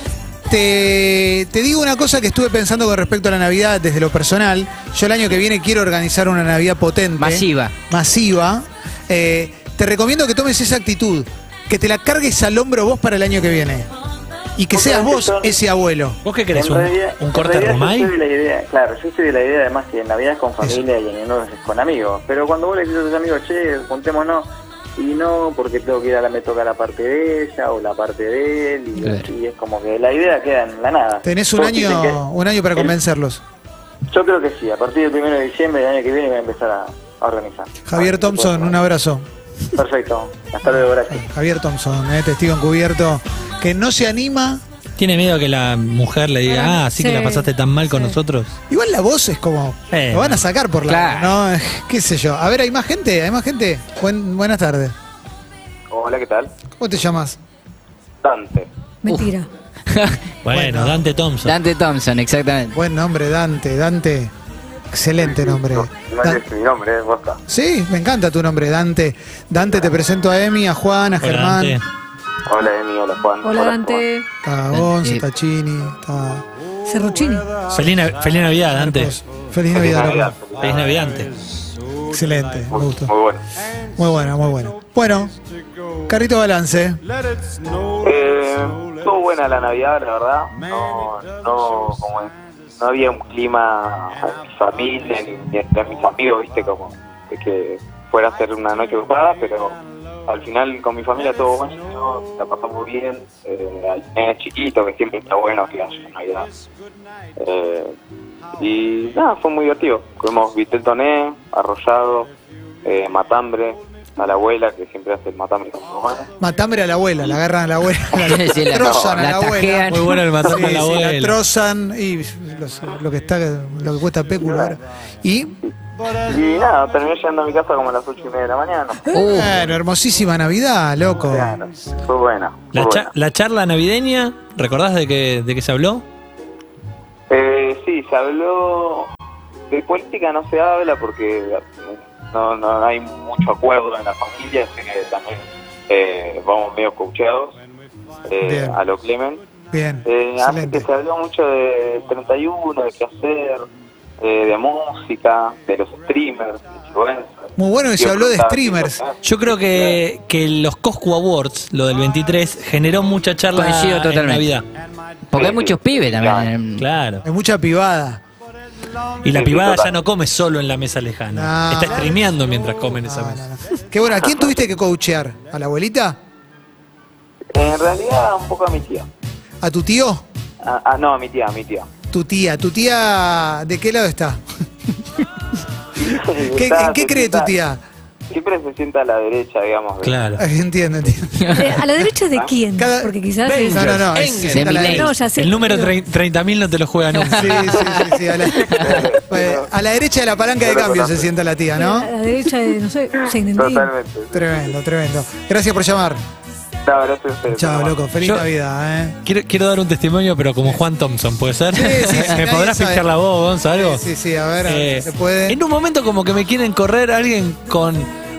Speaker 2: Te, te digo una cosa que estuve pensando con respecto a la Navidad desde lo personal. Yo el año que viene quiero organizar una Navidad potente.
Speaker 3: Masiva.
Speaker 2: Masiva. Eh, te recomiendo que tomes esa actitud. Que te la cargues al hombro vos para el año que viene. Y que
Speaker 6: Porque a
Speaker 2: seas
Speaker 6: veces
Speaker 2: vos
Speaker 6: son-
Speaker 2: ese abuelo.
Speaker 4: ¿Vos qué querés?
Speaker 6: En
Speaker 4: ¿Un,
Speaker 6: realidad-
Speaker 4: un
Speaker 6: en
Speaker 4: corte
Speaker 6: realidad Yo soy
Speaker 4: Romay?
Speaker 6: de la idea, claro, yo soy de la idea además que en Navidad es con familia y en Año Nuevo es con amigos. Pero cuando vos le dices a tus amigos, che, juntémonos, y no, porque tengo que ir a la, me toca la parte de ella o la parte de él, y,
Speaker 3: Claro.
Speaker 6: y es como que la idea queda en la nada.
Speaker 2: Tenés un
Speaker 6: Todos dicen que-
Speaker 2: año, un año para
Speaker 6: el-
Speaker 2: convencerlos.
Speaker 6: Yo creo que sí, a partir del 1 de diciembre del año que viene voy a empezar a, a organizar.
Speaker 2: Javier
Speaker 6: Ah,
Speaker 2: Thompson,
Speaker 6: pues,
Speaker 2: un abrazo.
Speaker 6: Perfecto, hasta luego, gracias.
Speaker 2: Javier Thompson, eh, testigo encubierto, que no se anima.
Speaker 4: ¿Tiene miedo que la mujer le diga, ah, sí, que la
Speaker 5: Sí,
Speaker 4: pasaste tan mal con
Speaker 5: sí.
Speaker 4: nosotros?
Speaker 2: Igual la voz es como.
Speaker 4: Eh.
Speaker 2: Lo van a sacar por la.
Speaker 3: Claro.
Speaker 2: ¿no? ¿Qué sé yo? A ver, hay más gente, hay más gente. Buen- buenas tardes.
Speaker 6: Hola, ¿qué tal?
Speaker 2: ¿Cómo te llamas?
Speaker 6: Dante.
Speaker 5: mentira.
Speaker 4: Bueno,
Speaker 2: Bueno.
Speaker 4: Dante Thompson.
Speaker 3: Dante Thompson, exactamente.
Speaker 2: Buen nombre, Dante. Dante. Excelente nombre. Dan-
Speaker 6: mi nombre, eh, es Bosta.
Speaker 2: sí, me encanta tu nombre, Dante. Dante, te presento a Emi, a Juan, a
Speaker 4: Hola,
Speaker 2: Germán,
Speaker 4: Dante.
Speaker 6: Hola, Emi, hola, Juan.
Speaker 5: Hola, Dante.
Speaker 2: a Gonzo,
Speaker 3: Dante.
Speaker 2: está Chini, está.
Speaker 5: Cerruchini.
Speaker 4: Feliz, Nav- feliz Navidad, Dante.
Speaker 2: Feliz Navidad, loco.
Speaker 4: Feliz Navidad, Dante.
Speaker 2: Excelente, me gustó.
Speaker 6: bueno.
Speaker 2: Muy bueno, muy bueno. Bueno, carrito balance.
Speaker 6: Eh, estuvo buena la Navidad, la verdad. No, no, como es- no había un clima a mi familia ni, ni a mis amigos, viste, como de que fuera a ser una noche ocupada, pero
Speaker 9: al final con mi familia todo bueno, la pasamos bien. Eh, al nene chiquito, que siempre está bueno que haya en Navidad. Eh, y nada, fue muy divertido. Comimos vitel toné, arrollado, eh, matambre, a la abuela, que siempre hace el matambre con su hermana.
Speaker 2: Matambre a la abuela, la agarran a la abuela, la,
Speaker 3: Sí, la-
Speaker 2: trozan a
Speaker 3: la
Speaker 2: la abuela.
Speaker 3: tajean.
Speaker 4: Muy bueno el matambre a
Speaker 2: Sí,
Speaker 4: la
Speaker 2: sí,
Speaker 4: abuela.
Speaker 2: trozan y los- lo que está, lo que cuesta Péculo ahora. Y,
Speaker 9: Y nada, terminé llegando a mi casa como a las 8 y media de la mañana.
Speaker 3: Uh,
Speaker 2: bueno, hermosísima Navidad, loco.
Speaker 9: Claro, fue buena. fue
Speaker 4: La, cha-
Speaker 9: buena.
Speaker 4: la charla navideña, ¿recordás de qué de qué se habló?
Speaker 9: Eh, sí, se habló de política, no se habla porque no, no hay mucho acuerdo en la familia, así que también eh, vamos medio coacheados eh,
Speaker 2: Bien.
Speaker 9: a lo Clemen.
Speaker 2: Bien,
Speaker 9: Eh, así que
Speaker 2: excelente.
Speaker 9: se habló mucho de 31, de qué hacer, eh, de música, de los streamers, de influencers.
Speaker 2: Muy bueno que se
Speaker 9: Yo
Speaker 2: habló de
Speaker 9: preguntaba,
Speaker 2: streamers.
Speaker 4: Yo creo que, que los Coscu Awards, lo del 23, generó mucha charla
Speaker 3: Coincido
Speaker 4: en
Speaker 3: totalmente.
Speaker 4: Navidad.
Speaker 3: porque hay muchos pibes también. Mm.
Speaker 4: Claro.
Speaker 2: Hay mucha pibada.
Speaker 4: Y la
Speaker 9: Sí,
Speaker 4: pibada
Speaker 9: total.
Speaker 4: ya no come solo en la mesa lejana.
Speaker 2: No.
Speaker 4: Está streameando mientras come en esa
Speaker 2: Ah,
Speaker 4: mesa.
Speaker 2: no, no. Qué bueno, ¿a quién tuviste que coachear? ¿A la abuelita?
Speaker 9: En realidad, un poco a mi tía.
Speaker 2: ¿A tu tío?
Speaker 9: Ah, ah, no, a mi tía, a mi tía.
Speaker 2: Tu tía, ¿tu tía de qué lado está? ¿Qué,
Speaker 9: Está-
Speaker 2: ¿En qué
Speaker 9: se
Speaker 2: cree tu
Speaker 9: sienta-
Speaker 2: tía?
Speaker 9: Siempre se sienta a la derecha, digamos. de-
Speaker 4: Claro.
Speaker 2: Entiendo, entiendo.
Speaker 5: Eh, ¿A la derecha de quién?
Speaker 2: Cada-
Speaker 5: Porque quizás.
Speaker 4: Ven,
Speaker 5: es-
Speaker 2: No, no, no.
Speaker 4: Engels.
Speaker 2: está la-
Speaker 3: Milei.
Speaker 5: No, ya sé.
Speaker 4: El número
Speaker 5: pero-
Speaker 4: trein- 30.000 no te lo juega nunca.
Speaker 2: Sí, sí, sí, sí, a, la, eh, a la derecha de la palanca de cambio se sienta la tía,
Speaker 5: A
Speaker 2: ¿no?
Speaker 5: la derecha de, no sé, Segmentín.
Speaker 9: Totalmente.
Speaker 2: Tremendo, tremendo. Gracias por llamar.
Speaker 9: No, gracias a ustedes.
Speaker 2: Chao,
Speaker 9: Nada más.
Speaker 2: loco. Feliz
Speaker 4: Yo-
Speaker 2: Navidad, ¿eh?
Speaker 4: Quiero, quiero dar un testimonio, pero como Juan Thompson, ¿puede ser?
Speaker 2: Sí, sí, sí,
Speaker 4: ¿Me
Speaker 2: nadie
Speaker 4: podrás
Speaker 2: sabe.
Speaker 4: pinchar la voz, Gonza, algo?
Speaker 2: Sí, sí, a ver, a ver
Speaker 4: Eh,
Speaker 2: si se puede.
Speaker 4: En un momento como que me quieren correr alguien con...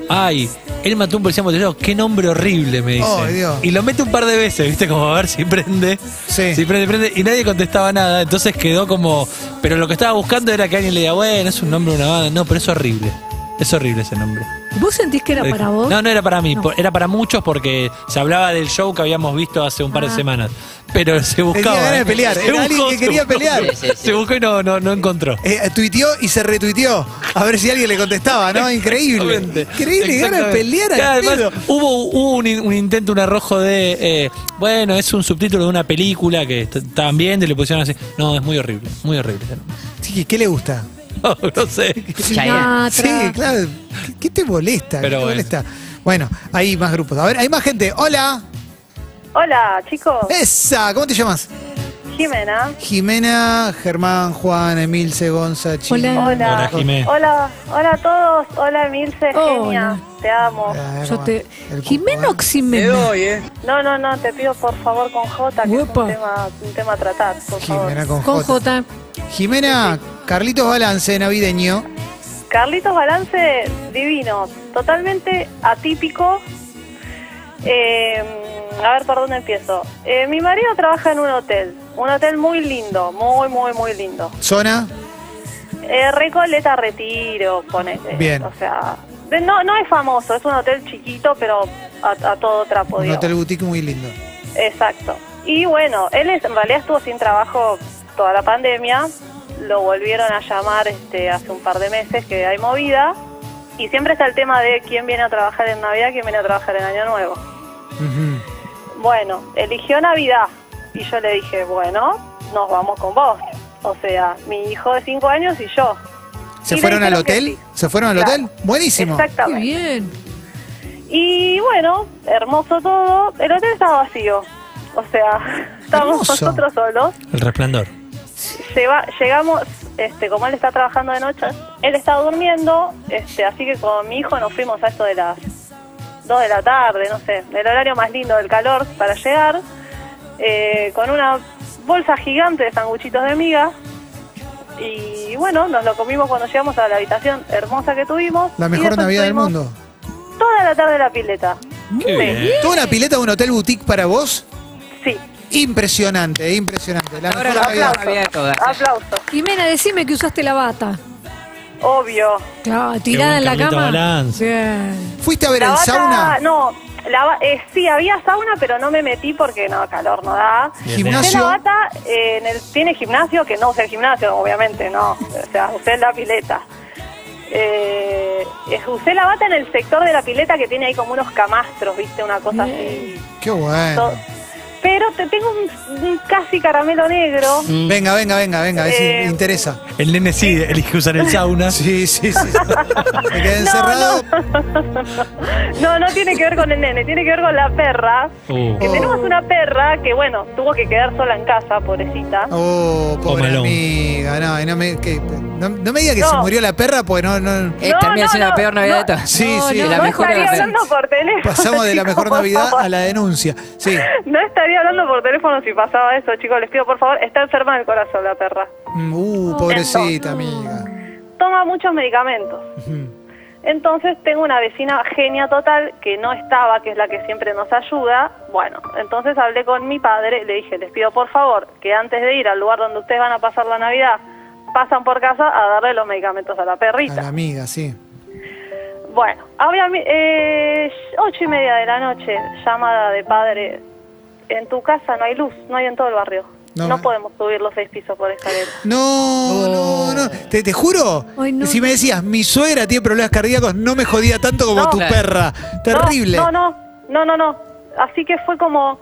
Speaker 4: Ay, él mató a un policía motorizado, qué nombre horrible, me dice.
Speaker 2: Oh, Dios.
Speaker 4: Y lo mete un par de veces, ¿viste? Como a ver si prende.
Speaker 2: Sí.
Speaker 4: Si prende, prende. Y nadie contestaba nada, entonces quedó como... Pero lo que estaba buscando era que alguien le diga, bueno, es un nombre de una banda. No, pero es horrible. Es horrible ese nombre.
Speaker 5: ¿Vos sentís que era para vos?
Speaker 4: Eh, No, no era para mí, por- era para muchos porque se hablaba del show que habíamos visto hace un par de semanas. Pero se buscaba.
Speaker 2: ganas de
Speaker 4: ¿eh?
Speaker 2: pelear,
Speaker 4: Se
Speaker 2: era alguien que
Speaker 4: se
Speaker 2: quería
Speaker 4: buscó.
Speaker 2: pelear.
Speaker 3: Sí, sí, sí.
Speaker 4: Se buscó y no, no, no encontró.
Speaker 2: Eh, tuiteó y se retuiteó. A ver si alguien le contestaba, ¿no? Increíble. Increíble,
Speaker 4: Exactamente.
Speaker 2: ganas de pelear
Speaker 4: Claro,
Speaker 2: al
Speaker 4: además,
Speaker 2: pedo.
Speaker 4: Hubo, hubo un, in- un intento, un arrojo de. eh, bueno, es un subtítulo de una película que est- estaban viendo y le pusieron así. No, es muy horrible, muy horrible.
Speaker 2: Sí, ¿qué le gusta?
Speaker 4: No, no sé.
Speaker 3: Chayanne.
Speaker 5: Sinatra.
Speaker 2: Sí, claro. ¿Qué, qué te molesta? ¿Qué
Speaker 4: Pero
Speaker 2: te
Speaker 4: bueno.
Speaker 2: molesta? Bueno, hay más grupos. A ver, hay más gente. Hola.
Speaker 10: Hola, chicos.
Speaker 5: Eh.
Speaker 2: Esa, ¿cómo te llamas?
Speaker 10: Jimena.
Speaker 2: Jimena, Germán, Juan, Emilce, Gonza, Chino.
Speaker 5: Hola.
Speaker 4: Hola,
Speaker 10: Hola.
Speaker 4: Jimé.
Speaker 10: Hola, hola a todos. Hola, Emilce,
Speaker 5: Hola.
Speaker 10: genia. Te amo.
Speaker 2: Ah,
Speaker 5: Yo
Speaker 2: bueno,
Speaker 5: te.
Speaker 2: el cupo,
Speaker 5: Jimeno
Speaker 2: ¿eh?
Speaker 5: Oximena.
Speaker 10: No, no, no, te pido por favor con J, que es
Speaker 5: Uepa.
Speaker 10: un tema, un tema a tratar, por favor.
Speaker 2: Jimena con,
Speaker 5: Con
Speaker 2: J.
Speaker 5: J.
Speaker 2: Jimena, Carlitos Balance, navideño.
Speaker 10: Carlitos Balance, divino. Totalmente atípico. Eh, a ver, ¿por dónde empiezo? Eh, mi marido trabaja en un hotel. Un hotel muy lindo, muy, muy, muy lindo.
Speaker 2: Zona.
Speaker 10: Eh, Recoleta Retiro, ponete.
Speaker 2: Bien.
Speaker 10: O sea, de- no, no es famoso, es un hotel chiquito, pero a, a todo trapo,
Speaker 2: Un
Speaker 10: digamos.
Speaker 2: hotel boutique muy lindo.
Speaker 10: Exacto. Y bueno, él es- en realidad estuvo sin trabajo toda la pandemia. Lo volvieron a llamar este, hace un par de meses que hay movida. Y siempre está el tema de quién viene a trabajar en Navidad, quién viene a trabajar en Año Nuevo.
Speaker 2: Ujú.
Speaker 10: Bueno, eligió Navidad. Y yo le dije, bueno, nos vamos con vos. O sea, mi hijo de 5 años y yo.
Speaker 2: ¿Se
Speaker 10: Y le
Speaker 2: fueron al
Speaker 10: dijeron que
Speaker 2: hotel?
Speaker 10: sí.
Speaker 2: ¿Se fueron al
Speaker 10: Claro.
Speaker 2: hotel? Buenísimo.
Speaker 5: Qué
Speaker 10: Exactamente.
Speaker 5: bien.
Speaker 10: Y bueno, hermoso todo. El hotel estaba vacío. O sea, estábamos
Speaker 2: Hermoso.
Speaker 10: nosotros solos.
Speaker 4: El resplandor.
Speaker 10: Lleva- llegamos, este, como él está trabajando de noche, él estaba durmiendo, este, así que con mi hijo nos fuimos a esto de las 2 de la tarde, no sé, el horario más lindo del calor para llegar, eh, con una bolsa gigante de sanguchitos de miga. Y bueno, nos lo comimos cuando llegamos a la habitación hermosa que tuvimos.
Speaker 2: La
Speaker 10: y
Speaker 2: mejor
Speaker 10: después
Speaker 2: Navidad del
Speaker 10: estuvimos
Speaker 2: mundo.
Speaker 10: Toda la tarde en la pileta.
Speaker 4: Qué bien.
Speaker 2: ¿Toda una pileta de un hotel boutique para vos?
Speaker 10: Sí,
Speaker 2: Impresionante, imprenacionante. La
Speaker 3: Ahora
Speaker 2: mejor
Speaker 3: la
Speaker 2: Navidad.
Speaker 3: aplaudo. Navidad toda.
Speaker 10: aplauso,
Speaker 5: Jimena, decime que usaste la bata.
Speaker 10: obvio.
Speaker 5: Claro, tirada
Speaker 4: buen
Speaker 5: en la
Speaker 4: Carlito
Speaker 5: cama.
Speaker 4: Balance.
Speaker 5: Bien.
Speaker 2: ¿Fuiste a ver
Speaker 10: La
Speaker 2: el
Speaker 10: bata,
Speaker 2: sauna?
Speaker 10: No, la, ba- eh, sí, había sauna, pero no me metí porque no, calor no da. Usted la
Speaker 2: Gimnasio.
Speaker 10: bata eh, en el- tiene gimnasio, que no usa el gimnasio, obviamente, no. O sea, usted la pileta. Eh, usé la bata en el sector de la pileta que tiene ahí como unos camastros, ¿viste? Una cosa así.
Speaker 2: Qué bueno.
Speaker 10: To- Pero te tengo un, un casi caramelo negro.
Speaker 3: Mm.
Speaker 2: Venga, venga, venga, venga, es-
Speaker 10: Eh,
Speaker 2: me interesa.
Speaker 4: El nene sí, elige usar el sauna.
Speaker 2: Sí, sí, sí. Me quedé
Speaker 10: No,
Speaker 2: encerrado.
Speaker 10: No, no tiene que ver con el nene, tiene que ver con la perra.
Speaker 4: Uh,
Speaker 10: Que tenemos una perra que, bueno, tuvo que quedar sola en casa, pobrecita.
Speaker 2: Oh, pobre
Speaker 4: Malone.
Speaker 2: amiga. No, y no me, que- no, no me diga que
Speaker 10: No.
Speaker 2: se murió la perra, pues no, no.
Speaker 3: Eh,
Speaker 10: No,
Speaker 3: termina
Speaker 10: no,
Speaker 3: siendo la
Speaker 10: no,
Speaker 3: peor Navidad de
Speaker 10: no.
Speaker 3: todas.
Speaker 2: Sí, sí.
Speaker 3: De
Speaker 10: no,
Speaker 3: la
Speaker 10: no
Speaker 3: mejor
Speaker 10: estaría
Speaker 3: Navidad.
Speaker 10: hablando por teléfono.
Speaker 2: Pasamos de la
Speaker 10: chicos,
Speaker 2: mejor
Speaker 10: por
Speaker 2: Navidad
Speaker 10: favor.
Speaker 2: a la denuncia. Sí.
Speaker 10: No estaría hablando por teléfono si pasaba eso, chicos. Les pido, por favor, está enferma del corazón la perra.
Speaker 2: Mm, Uh, pobrecita, amiga.
Speaker 10: Toma muchos medicamentos.
Speaker 2: Ujú.
Speaker 10: Entonces tengo una vecina genia total que no estaba, que es la que siempre nos ayuda. Bueno, entonces hablé con mi padre, le dije, les pido por favor que antes de ir al lugar donde ustedes van a pasar la Navidad, pasan por casa a darle los medicamentos a la
Speaker 2: A la
Speaker 10: perrita.
Speaker 2: amiga, sí.
Speaker 10: Bueno, había eh, ocho y media de la noche, llamada de padre, en tu casa no hay luz, no hay en todo el barrio.
Speaker 2: No,
Speaker 10: No,
Speaker 2: ma-
Speaker 10: podemos subir los seis pisos por escalera.
Speaker 2: No, no, no. Te, te juro.
Speaker 5: Ay, no.
Speaker 2: Si me decías, mi suegra tiene problemas cardíacos, no me jodía tanto como
Speaker 10: No.
Speaker 2: tu
Speaker 3: Claro.
Speaker 2: perra. Terrible.
Speaker 10: No, no, no, no, no. Así que fue como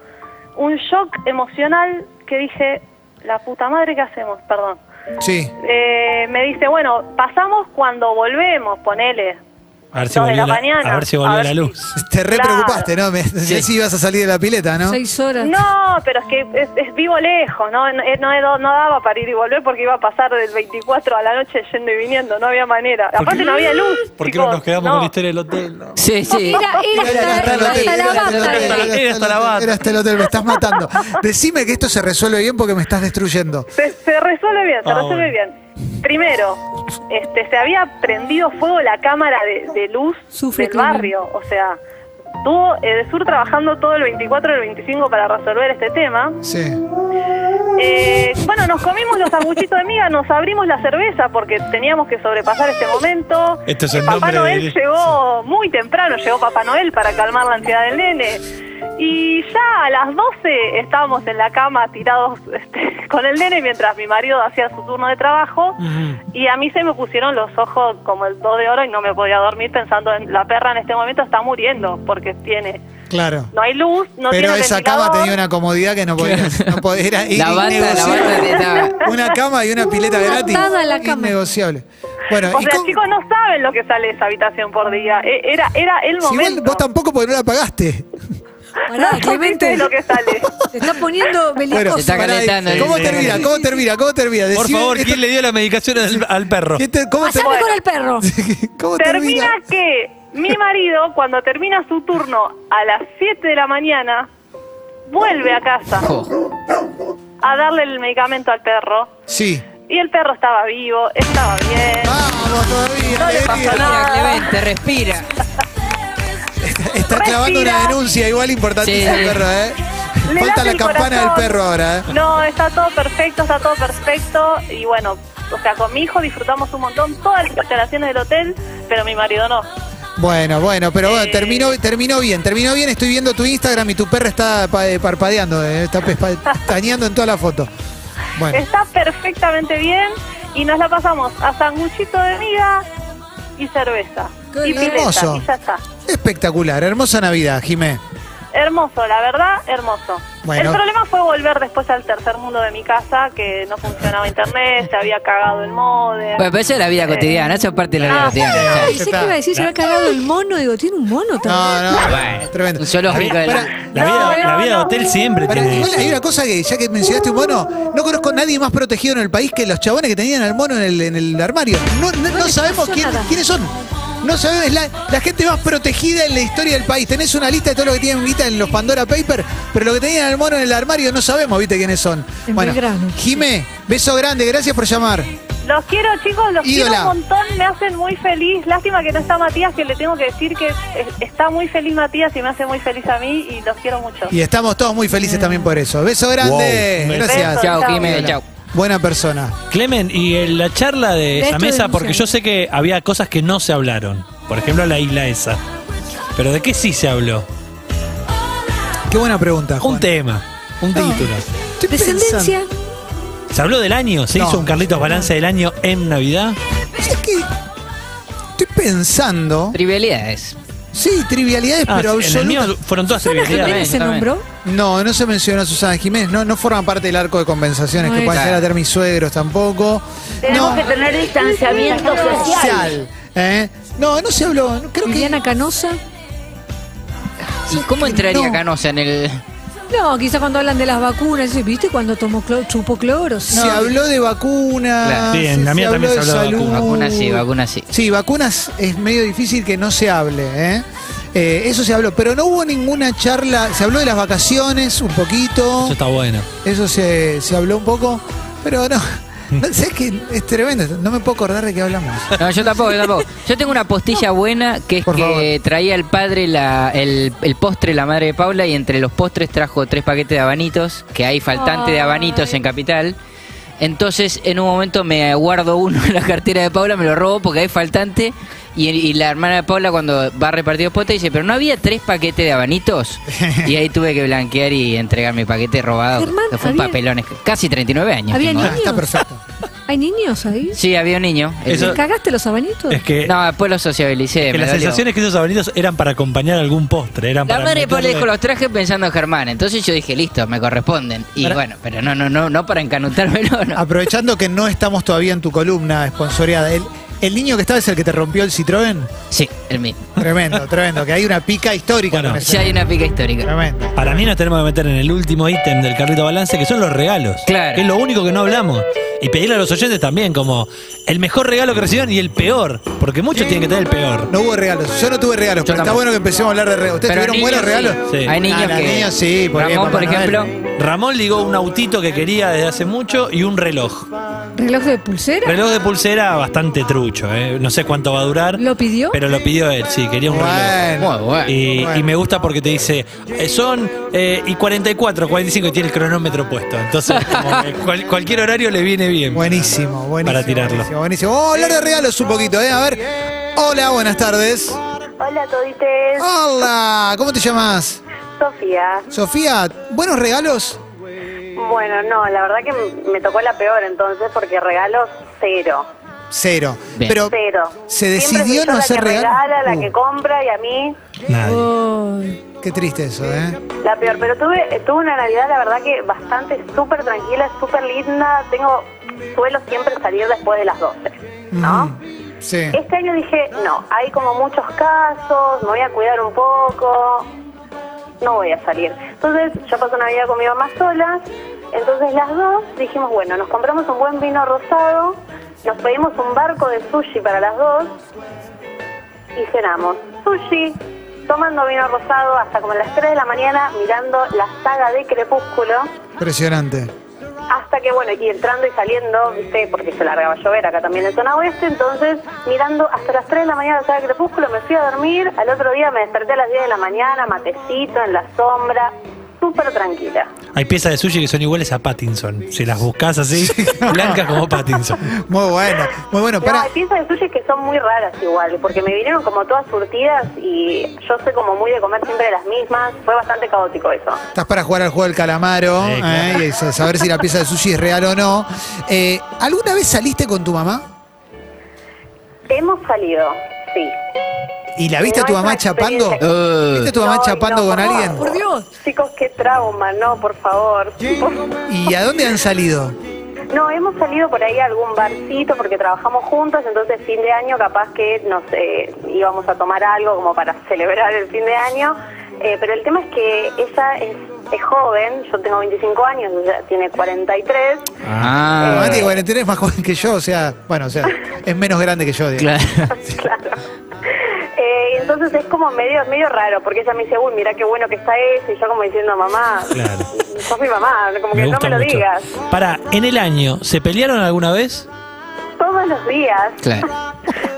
Speaker 10: un shock emocional que dije, la puta madre, ¿qué hacemos? Perdón.
Speaker 2: Sí.
Speaker 10: Eh, me dice, bueno, pasamos cuando volvemos, ponele.
Speaker 4: a, ver si
Speaker 10: Dos de
Speaker 4: volvió
Speaker 10: la
Speaker 4: la,
Speaker 10: mañana.
Speaker 4: a ver si
Speaker 10: A
Speaker 4: volvió
Speaker 10: ver
Speaker 4: la
Speaker 10: si-
Speaker 4: luz.
Speaker 2: Te re
Speaker 10: Claro.
Speaker 2: preocupaste, ¿no? Me,
Speaker 4: Sí.
Speaker 2: Así ibas a salir de la pileta, ¿no?
Speaker 5: Seis horas.
Speaker 10: No, pero es
Speaker 4: Ah.
Speaker 10: que es, es- vivo lejos, ¿no? No, eh, no, he dado- no daba para ir y volver porque iba a pasar del 24 a la noche yendo y viniendo, no había manera. Aparte no había luz.
Speaker 4: ¿Por qué no
Speaker 10: chicos,
Speaker 4: nos quedamos
Speaker 10: no.
Speaker 4: con la historia del hotel? No.
Speaker 3: Sí, sí.
Speaker 5: Ir, a- ir
Speaker 2: Era
Speaker 5: hasta,
Speaker 2: hasta el hotel,
Speaker 5: hasta
Speaker 2: era
Speaker 5: la
Speaker 2: hasta el
Speaker 5: bata.
Speaker 2: hotel,
Speaker 4: Hasta la-
Speaker 2: era hasta el
Speaker 4: hasta la
Speaker 2: hotel, era hasta el hotel, me estás matando. Decime que esto se resuelve bien porque me estás destruyendo.
Speaker 10: Se, se resuelve bien, se
Speaker 4: Ah,
Speaker 10: resuelve bien. Primero, este, se había prendido fuego la cámara de, de luz
Speaker 5: Sufre,
Speaker 10: del
Speaker 5: Clemen.
Speaker 10: barrio, o sea, tuvo Edesur trabajando todo el 24 y el 25 para resolver este tema.
Speaker 2: Sí.
Speaker 10: Eh, bueno, nos comimos los sanguchitos de miga, nos abrimos la cerveza porque teníamos que sobrepasar este momento.
Speaker 4: Este es el
Speaker 10: Eh, Papá
Speaker 4: nombre
Speaker 10: Noel
Speaker 4: de-
Speaker 10: llegó muy temprano, llegó Papá Noel para calmar la ansiedad del nene. Y ya a las 12 estábamos en la cama tirados este, con el nene mientras mi marido hacía su turno de trabajo. Y a mí se me pusieron los ojos como el do de oro y no me podía dormir pensando en la perra en este momento está muriendo porque tiene
Speaker 2: Claro.
Speaker 10: no hay luz, no
Speaker 2: Pero
Speaker 10: tiene
Speaker 2: esa cama
Speaker 10: ventilador.
Speaker 2: tenía una comodidad que no podía, no podía era
Speaker 3: La banda, la
Speaker 2: innegociable.
Speaker 3: banda de la-
Speaker 2: Una cama y una pileta gratis.
Speaker 5: Atada a la cama.
Speaker 2: Innegociable. Bueno,
Speaker 10: O
Speaker 2: Ah, y
Speaker 10: sea,
Speaker 2: cómo-
Speaker 10: chicos, no saben lo que sale de esa habitación por día. E- Era, era el
Speaker 2: si
Speaker 10: momento.
Speaker 2: vos, vos tampoco porque no la pagaste.
Speaker 5: Pará,
Speaker 10: No, no
Speaker 5: Clemente.
Speaker 10: sé lo que sale.
Speaker 5: Se está poniendo belicoso.
Speaker 2: Bueno,
Speaker 3: Se está
Speaker 2: pará,
Speaker 3: calentando el-
Speaker 2: ¿cómo
Speaker 4: el-
Speaker 2: termina? ¿Cómo termina? ¿Cómo termina?
Speaker 4: Por
Speaker 2: Decime
Speaker 4: favor,
Speaker 2: esto-
Speaker 4: ¿quién le dio la medicación al, al perro?
Speaker 2: ¿qué te- ¿Cómo,
Speaker 5: Haceme con el perro.
Speaker 2: ter- cómo
Speaker 10: Termina
Speaker 2: termina?
Speaker 10: que mi marido, cuando termina su turno a las 7 de la mañana, vuelve a casa
Speaker 3: Jo.
Speaker 10: a darle el medicamento al perro.
Speaker 2: Sí.
Speaker 10: Y el perro estaba vivo, estaba bien.
Speaker 2: Vamos todavía,
Speaker 10: No le pasó
Speaker 2: alegría.
Speaker 3: Respira, Clemente, respira.
Speaker 2: Está clavando una
Speaker 10: Respira.
Speaker 2: denuncia igual importantísima,
Speaker 3: Sí.
Speaker 2: el perro, ¿eh?
Speaker 10: Le late
Speaker 2: Falta la
Speaker 10: el
Speaker 2: campana del
Speaker 10: corazón.
Speaker 2: perro ahora, ¿eh?
Speaker 10: No, está todo perfecto, está todo perfecto. Y bueno, o sea, con mi hijo disfrutamos un montón todas las instalaciones del hotel, pero mi marido no.
Speaker 2: Bueno, bueno, pero bueno,
Speaker 10: Eh.
Speaker 2: terminó, terminó bien, terminó bien. Estoy viendo tu Instagram y tu perra está pa- eh, parpadeando, eh, está pestañeando en toda la foto. Bueno,
Speaker 10: Está perfectamente bien y nos la pasamos a sanguchito de miga y cerveza.
Speaker 2: Qué
Speaker 10: y pileta,
Speaker 2: hermoso.
Speaker 10: y ya está.
Speaker 2: espectacular, hermosa Navidad, Jimé.
Speaker 10: Hermoso, la verdad, hermoso.
Speaker 2: Bueno.
Speaker 10: El problema fue volver después al tercer mundo de mi casa, que no funcionaba internet, se había cagado el modem.
Speaker 3: Bueno, pero eso es la vida cotidiana, eso es parte de la vida
Speaker 10: Ah,
Speaker 3: cotidiana.
Speaker 5: Ay,
Speaker 2: ya
Speaker 5: sé que
Speaker 2: está.
Speaker 5: iba a decir, se había cagado el mono. Digo, tiene un mono también.
Speaker 2: No, no,
Speaker 3: Bueno,
Speaker 2: tremendo.
Speaker 3: Un zoológico de
Speaker 2: Pará,
Speaker 3: la-
Speaker 4: La
Speaker 10: No,
Speaker 4: vida, la
Speaker 10: no,
Speaker 4: vida de
Speaker 10: no.
Speaker 4: hotel siempre
Speaker 2: pará,
Speaker 4: tiene
Speaker 2: igual
Speaker 4: eso.
Speaker 2: hay una cosa que, ya que mencionaste un mono, no conozco a nadie más protegido en el país que los chabones que tenían al mono en el, en el armario. No, no- no
Speaker 5: les
Speaker 2: sabemos
Speaker 5: pasó
Speaker 2: quién-
Speaker 5: nada.
Speaker 2: quiénes son. No sabemos, es la, la gente más protegida en la historia del país. Tenés una lista de todo lo que tienen guita en los Pandora Papers, pero lo que tenían al mono en el armario no sabemos, viste, quiénes son.
Speaker 5: En Belgrano.
Speaker 2: Jimé, beso grande, gracias por llamar.
Speaker 10: Los quiero, chicos, los
Speaker 2: Ídola.
Speaker 10: quiero un montón, me hacen muy feliz. Lástima que no está Matías, que le tengo que decir que eh, está muy feliz Matías y me hace muy feliz a mí y los quiero mucho.
Speaker 2: Y estamos todos muy felices también por eso. Beso grande,
Speaker 4: Wow.
Speaker 2: gracias.
Speaker 10: Beso,
Speaker 3: Chao, Jimé,
Speaker 10: Hola.
Speaker 3: chao.
Speaker 2: Buena persona.
Speaker 4: Clemen, y en la charla de
Speaker 5: esto
Speaker 4: esa mesa,
Speaker 5: denunciamos.
Speaker 4: porque yo sé que había cosas que no se hablaron. Por ejemplo, la isla esa. Pero ¿de qué sí se habló?
Speaker 2: Qué buena pregunta. Juan.
Speaker 4: Un tema, un título.
Speaker 2: Estoy
Speaker 5: Descendencia.
Speaker 2: pensando.
Speaker 4: ¿Se habló del año? ¿Se
Speaker 2: No.
Speaker 4: hizo un Carlitos Balance del año en Navidad?
Speaker 2: ¿Sabés qué? pensando.
Speaker 3: Trivialidades.
Speaker 2: Sí, trivialidades,
Speaker 4: Ah,
Speaker 2: pero
Speaker 4: en el mío
Speaker 2: absolutas.
Speaker 4: fueron todas
Speaker 5: ¿Susana Jiménez
Speaker 3: Jiménez
Speaker 5: se
Speaker 3: también.
Speaker 5: nombró?
Speaker 2: No, no se mencionó a Susana Jiménez, no, no forman parte del arco de compensaciones
Speaker 5: No
Speaker 2: que
Speaker 5: es.
Speaker 2: pueden
Speaker 3: Claro.
Speaker 2: llegar a tener mis suegros tampoco.
Speaker 11: Tenemos
Speaker 2: No,
Speaker 11: que tener distanciamiento social.
Speaker 2: social, ¿eh? No, no se habló, no, creo que.
Speaker 5: ¿Liliana Canosa?
Speaker 3: ¿Y cómo entraría
Speaker 2: No.
Speaker 3: Canosa en el.?
Speaker 5: No, quizás cuando hablan de las vacunas, ¿sí? ¿viste cuando tomó clo- chupó cloro?
Speaker 2: Se habló de vacunas.
Speaker 3: Claro.
Speaker 4: Sí, en la mía también se habló de
Speaker 2: salud.
Speaker 3: Vacunas sí, vacunas sí.
Speaker 2: Sí, vacunas es medio difícil que no se hable, ¿eh? Eh, eso se habló, pero no hubo ninguna charla. Se habló de las vacaciones un poquito.
Speaker 4: Eso está bueno.
Speaker 2: Eso se, se habló un poco, pero no. no sé, es que es tremendo. No me puedo acordar de qué hablamos.
Speaker 3: No, yo tampoco, yo tampoco. Yo tengo una postilla buena que es
Speaker 2: Por
Speaker 3: que
Speaker 2: favor.
Speaker 3: traía el padre la, el, el postre la madre de Paula y entre los postres trajo tres paquetes de abanitos, que hay faltante de abanitos en Capital. Entonces, en un momento me guardo uno en la cartera de Paula, me lo robo porque hay faltante. Y, y la hermana de Paula, cuando va a repartir los postres, dice: Pero no había tres paquetes de abanitos. Y ahí tuve que blanquear y entregar mi paquete robado.
Speaker 5: Germán,
Speaker 3: que fue un
Speaker 5: había-
Speaker 3: papelón. es que Casi 39 años.
Speaker 5: Había
Speaker 3: tengo.
Speaker 5: niños.
Speaker 2: Ah, Está perfecto.
Speaker 5: ¿Hay niños ahí?
Speaker 3: Sí, había un niño. El-
Speaker 4: Eso-
Speaker 5: ¿Cagaste los abanitos?
Speaker 4: Es que,
Speaker 3: No, después lo sociabilicé.
Speaker 4: que
Speaker 3: me
Speaker 4: las
Speaker 3: dolió.
Speaker 4: sensaciones que esos abanitos eran para acompañar algún postre. Eran
Speaker 3: La
Speaker 4: para
Speaker 3: madre de Paula
Speaker 4: meterle-
Speaker 3: dijo los trajes pensando en Germán, entonces yo dije, listo, me corresponden. Y
Speaker 4: Para-
Speaker 3: bueno, pero no, no, no, no para encanutármelo,
Speaker 2: Ah.
Speaker 3: no.
Speaker 2: Aprovechando que no estamos todavía en tu columna esponsoreada, ¿el, el niño que estaba es el que te rompió el Citroën?
Speaker 3: Sí, el mismo.
Speaker 2: Tremendo, tremendo. Que hay una pica histórica
Speaker 4: Bueno.
Speaker 2: con ese.
Speaker 3: Ya hay una pica histórica.
Speaker 2: Tremendo.
Speaker 4: Para mí nos tenemos que meter en el último ítem del carrito balance, que son los regalos.
Speaker 3: Claro.
Speaker 4: Que Es lo único que no hablamos. Y pedirle a los oyentes también, como el mejor regalo que recibieron y el peor. Porque muchos tienen que tener el peor.
Speaker 2: No hubo regalos. Yo no tuve regalos, pero está
Speaker 3: tampoco.
Speaker 2: bueno que empecemos a hablar de regalos. ¿Ustedes
Speaker 3: Pero
Speaker 2: tuvieron
Speaker 3: niños
Speaker 2: buenos regalos?
Speaker 3: sí.
Speaker 4: Sí.
Speaker 3: Hay niños
Speaker 2: Ah, los
Speaker 3: que...
Speaker 2: niños sí, por bien,
Speaker 3: Ramón, por
Speaker 2: Papá Noel.
Speaker 3: ejemplo,
Speaker 4: Ramón ligó un autito que quería desde hace mucho y un reloj.
Speaker 5: ¿Reloj de pulsera?
Speaker 4: Reloj de pulsera bastante trucho, ¿eh? No sé cuánto va a durar.
Speaker 5: ¿Lo pidió?
Speaker 4: Pero lo pidió él, sí, quería un reloj.
Speaker 2: Bueno.
Speaker 3: Muy bueno.
Speaker 4: Y,
Speaker 2: Bueno.
Speaker 4: y me gusta porque te dice, eh, son eh, y 44, 45 y tiene el cronómetro puesto. Entonces, como que cual- cualquier horario le viene bien.
Speaker 2: Buenísimo, buenísimo.
Speaker 4: Para tirarlo.
Speaker 2: Buenísimo, buenísimo. Vamos a hablar de regalos un poquito, ¿eh? A ver. Hola, buenas tardes.
Speaker 12: Hola, todites.
Speaker 2: Ah. Hola, ¿cómo te llamas?
Speaker 12: Sofía.
Speaker 2: Sofía, ¿buenos regalos?
Speaker 12: Bueno, no, la verdad que me tocó la peor entonces porque regalos cero.
Speaker 2: Cero.
Speaker 3: Bien.
Speaker 2: Pero
Speaker 12: Cero.
Speaker 2: se
Speaker 12: Siempre
Speaker 2: decidió
Speaker 12: soy yo
Speaker 2: no hacer
Speaker 12: la que
Speaker 2: regalos.
Speaker 12: regala, la
Speaker 2: Uh,
Speaker 12: que compra y a mí
Speaker 4: Nadie.
Speaker 5: Ay,
Speaker 2: Qué triste eso, ¿eh?
Speaker 12: la peor. Pero tuve, tuve una Navidad, la verdad que bastante súper tranquila, súper linda. Tengo, suelo siempre salir después de las 12, ¿no?
Speaker 2: Mm, Sí.
Speaker 12: Este año dije, no, hay como muchos casos, me voy a cuidar un poco, no voy a salir. Entonces yo pasé una vida con mi mamá sola, entonces las dos dijimos, bueno, nos compramos un buen vino rosado, nos pedimos un barco de sushi para las dos y cenamos sushi, tomando vino rosado hasta como las 3 de la mañana mirando la saga de Crepúsculo.
Speaker 2: Impresionante.
Speaker 12: Hasta que, bueno, y entrando y saliendo, ¿viste? Porque se largaba a llover acá también en zona oeste. Entonces, mirando hasta las 3 de la mañana, o sea, el crepúsculo, me fui a dormir. Al otro día me desperté a las 10 de la mañana, matecito, en la sombra, súper tranquila.
Speaker 4: Hay piezas de sushi que son iguales a Pattinson. Si las buscas así, blancas como Pattinson.
Speaker 2: Muy bueno, muy bueno.
Speaker 12: No,
Speaker 2: Para,
Speaker 12: hay piezas de sushi que son muy raras igual, porque me vinieron como todas surtidas y yo soy como muy de comer siempre las mismas. Fue bastante caótico eso.
Speaker 2: Estás para jugar al juego del calamaro
Speaker 4: Sí, claro.
Speaker 2: ¿eh? y sa- saber si la pieza de sushi es real o no. Eh, ¿Alguna vez saliste con tu mamá
Speaker 12: Hemos salido, sí.
Speaker 2: y la viste
Speaker 12: No,
Speaker 2: a tu
Speaker 12: es
Speaker 2: mamá
Speaker 12: una
Speaker 2: chapando?
Speaker 12: experiencia.
Speaker 3: Eh,
Speaker 2: ¿Viste a tu mamá
Speaker 12: No, y
Speaker 2: chapando
Speaker 12: no,
Speaker 2: con
Speaker 12: por
Speaker 2: alguien?
Speaker 12: favor.
Speaker 5: por Dios.
Speaker 12: Chicos, qué trauma, no, por favor.
Speaker 2: ¿Y a dónde han salido?
Speaker 12: No, hemos salido por ahí a algún barcito porque trabajamos juntos, entonces fin de año capaz que nos eh, íbamos a tomar algo como para celebrar el fin de año, Eh, pero el tema es que ella es, es joven, yo tengo 25 años, ella tiene 43,
Speaker 2: Tu
Speaker 3: Ah,
Speaker 2: mamá tiene 43, es más joven que yo, o sea, bueno, o sea, es menos grande que yo. digo.
Speaker 3: claro.
Speaker 12: claro. Eh, y entonces es como medio medio raro porque ella me dice, uy, mira qué bueno que está ese, y yo como diciendo, mamá,
Speaker 4: Claro.
Speaker 12: sos mi mamá, como
Speaker 4: Me
Speaker 12: que no
Speaker 4: gusta
Speaker 12: me lo
Speaker 4: mucho.
Speaker 12: digas.
Speaker 4: Para, en el año, ¿se pelearon alguna vez?
Speaker 12: Todos los días,
Speaker 3: Claro.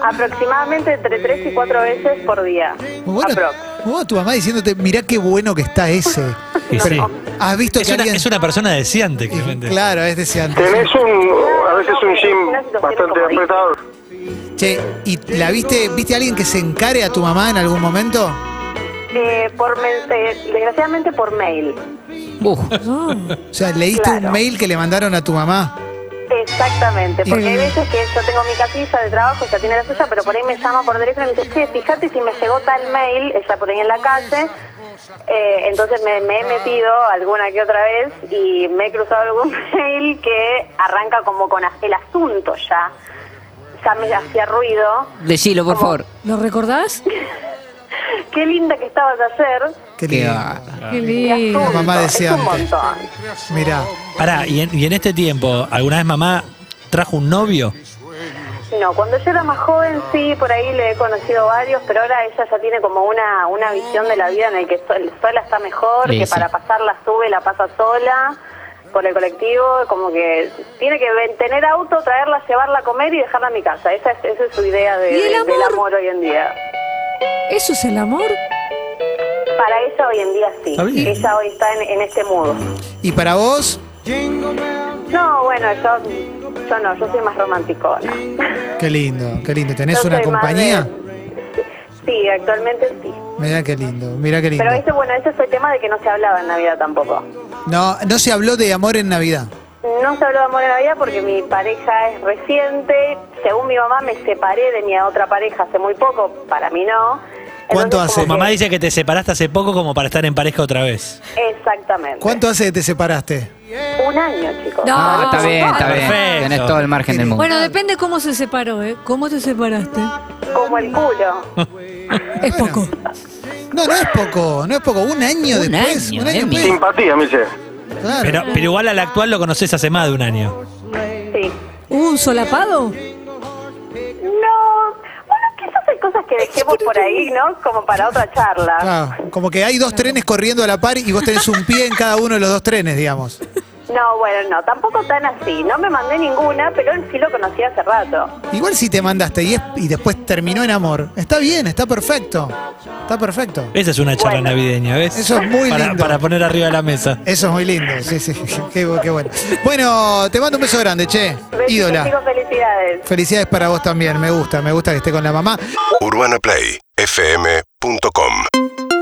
Speaker 12: aproximadamente entre 3 y 4 veces por día.
Speaker 2: Muy bueno.
Speaker 12: Aprox.
Speaker 2: Muy bueno tu mamá diciéndote, mirá qué bueno que está ese.
Speaker 4: Y sí.
Speaker 2: ¿Has visto
Speaker 4: Es
Speaker 2: que
Speaker 4: una,
Speaker 2: alguien-
Speaker 4: es una persona deseante, claramente.
Speaker 2: Claro, es deseante.
Speaker 8: Tenés un, a veces un gym
Speaker 12: Una situación
Speaker 8: bastante
Speaker 12: como
Speaker 8: apretado.
Speaker 2: Che, ¿y la viste, viste a alguien que se encare a tu mamá en algún momento?
Speaker 12: Eh, por men- eh, desgraciadamente por mail.
Speaker 3: Uh,
Speaker 5: No.
Speaker 2: O sea, ¿leíste
Speaker 12: Claro.
Speaker 2: un mail que le mandaron a tu mamá?
Speaker 12: Exactamente, porque hay veces que yo tengo mi casilla de trabajo, ella tiene la suya, pero por ahí me llama por teléfono y me dice, che, fíjate si me llegó tal mail, ella por ahí en la calle. Eh, entonces me, me he metido alguna que otra vez y me he cruzado algún mail que arranca como con as- el asunto ya. Ya me hacía ruido.
Speaker 3: Decilo, por favor.
Speaker 5: ¿Lo recordás?
Speaker 12: Qué linda que estabas ayer.
Speaker 2: Qué
Speaker 3: Qué
Speaker 2: lindo.
Speaker 3: bárbaro.
Speaker 5: Qué
Speaker 12: Asunto,
Speaker 5: lindo.
Speaker 2: La mamá decía
Speaker 12: es un
Speaker 2: antes.
Speaker 12: montón.
Speaker 2: Mirá.
Speaker 4: Pará, y en, y en este tiempo, ¿alguna vez mamá trajo un novio?
Speaker 12: No, cuando yo era más joven sí, por ahí le he conocido varios, pero ahora ella ya tiene como una, una visión de la vida en el que sol- sola está mejor,
Speaker 3: Sí,
Speaker 12: que
Speaker 3: sí.
Speaker 12: para pasarla sube, la pasa sola por el colectivo, como que tiene que ven- tener auto, traerla, llevarla a comer y dejarla en mi casa. Esa es, esa es su idea de-
Speaker 5: ¿Y el
Speaker 12: de- del
Speaker 5: amor?
Speaker 12: amor hoy en día.
Speaker 5: ¿Eso es el amor?
Speaker 12: Para ella hoy en día sí,
Speaker 4: Está bien.
Speaker 12: ella hoy está en, en este mudo.
Speaker 2: Y para vos,
Speaker 12: No, bueno, yo, yo no, yo soy más romanticona.
Speaker 2: qué lindo, qué lindo. ¿Tenés
Speaker 12: Yo
Speaker 2: una
Speaker 12: soy más
Speaker 2: compañía?
Speaker 12: de- Sí, actualmente sí.
Speaker 2: Mirá qué lindo, mirá qué lindo.
Speaker 12: Pero este- ese, bueno, ese fue tema de que no se hablaba en Navidad tampoco.
Speaker 2: No, no se habló de amor en Navidad.
Speaker 12: No se habló de amor en Navidad porque mi pareja es reciente. Según mi mamá, me separé de mi otra pareja hace muy poco. Para mí no.
Speaker 2: ¿Cuánto
Speaker 12: Entonces,
Speaker 2: hace?
Speaker 12: como
Speaker 4: Mamá
Speaker 12: que-
Speaker 4: dice que te separaste hace poco como para estar en pareja otra vez.
Speaker 12: Exactamente.
Speaker 2: ¿Cuánto hace que te separaste?
Speaker 12: Un año, chicos.
Speaker 5: No.
Speaker 3: Ah, está bien, está bien.
Speaker 4: Perfecto.
Speaker 3: Tenés todo el margen del mundo.
Speaker 5: Bueno, depende cómo se separó, ¿eh? ¿Cómo te separaste?
Speaker 12: Como el culo.
Speaker 5: Es poco.
Speaker 2: No, no es poco, no es poco. Un año
Speaker 3: Un
Speaker 2: después.
Speaker 3: año,
Speaker 2: un año
Speaker 3: Emi.
Speaker 2: después.
Speaker 13: Simpatía, me dice.
Speaker 2: Claro.
Speaker 4: Pero, pero igual al actual lo conoces hace más de un año.
Speaker 12: Sí.
Speaker 5: ¿Hubo un solapado?
Speaker 12: No. Bueno, quizás hay cosas que dejemos por ahí, ¿no? Como para otra charla.
Speaker 2: Claro, como que hay dos trenes corriendo a la par y vos tenés un pie en cada uno de los dos trenes, digamos.
Speaker 12: No, bueno, no, tampoco tan así. No me mandé ninguna, pero él sí lo conocí hace rato.
Speaker 2: Igual si te mandaste y, es- y después terminó en amor. Está bien, está perfecto. Está perfecto.
Speaker 4: Esa es una charla
Speaker 12: Bueno.
Speaker 4: navideña, ¿ves?
Speaker 2: Eso es muy
Speaker 4: para,
Speaker 2: lindo.
Speaker 4: para poner arriba de la mesa.
Speaker 2: Eso es muy lindo, sí, sí. Qué, bu- qué bueno. Bueno, te mando un beso grande, che.
Speaker 12: Besitos,
Speaker 2: Ídola.
Speaker 12: chicos, felicidades.
Speaker 2: Felicidades para vos también, me gusta, me gusta que esté con la mamá.
Speaker 14: UrbanaPlayFM.com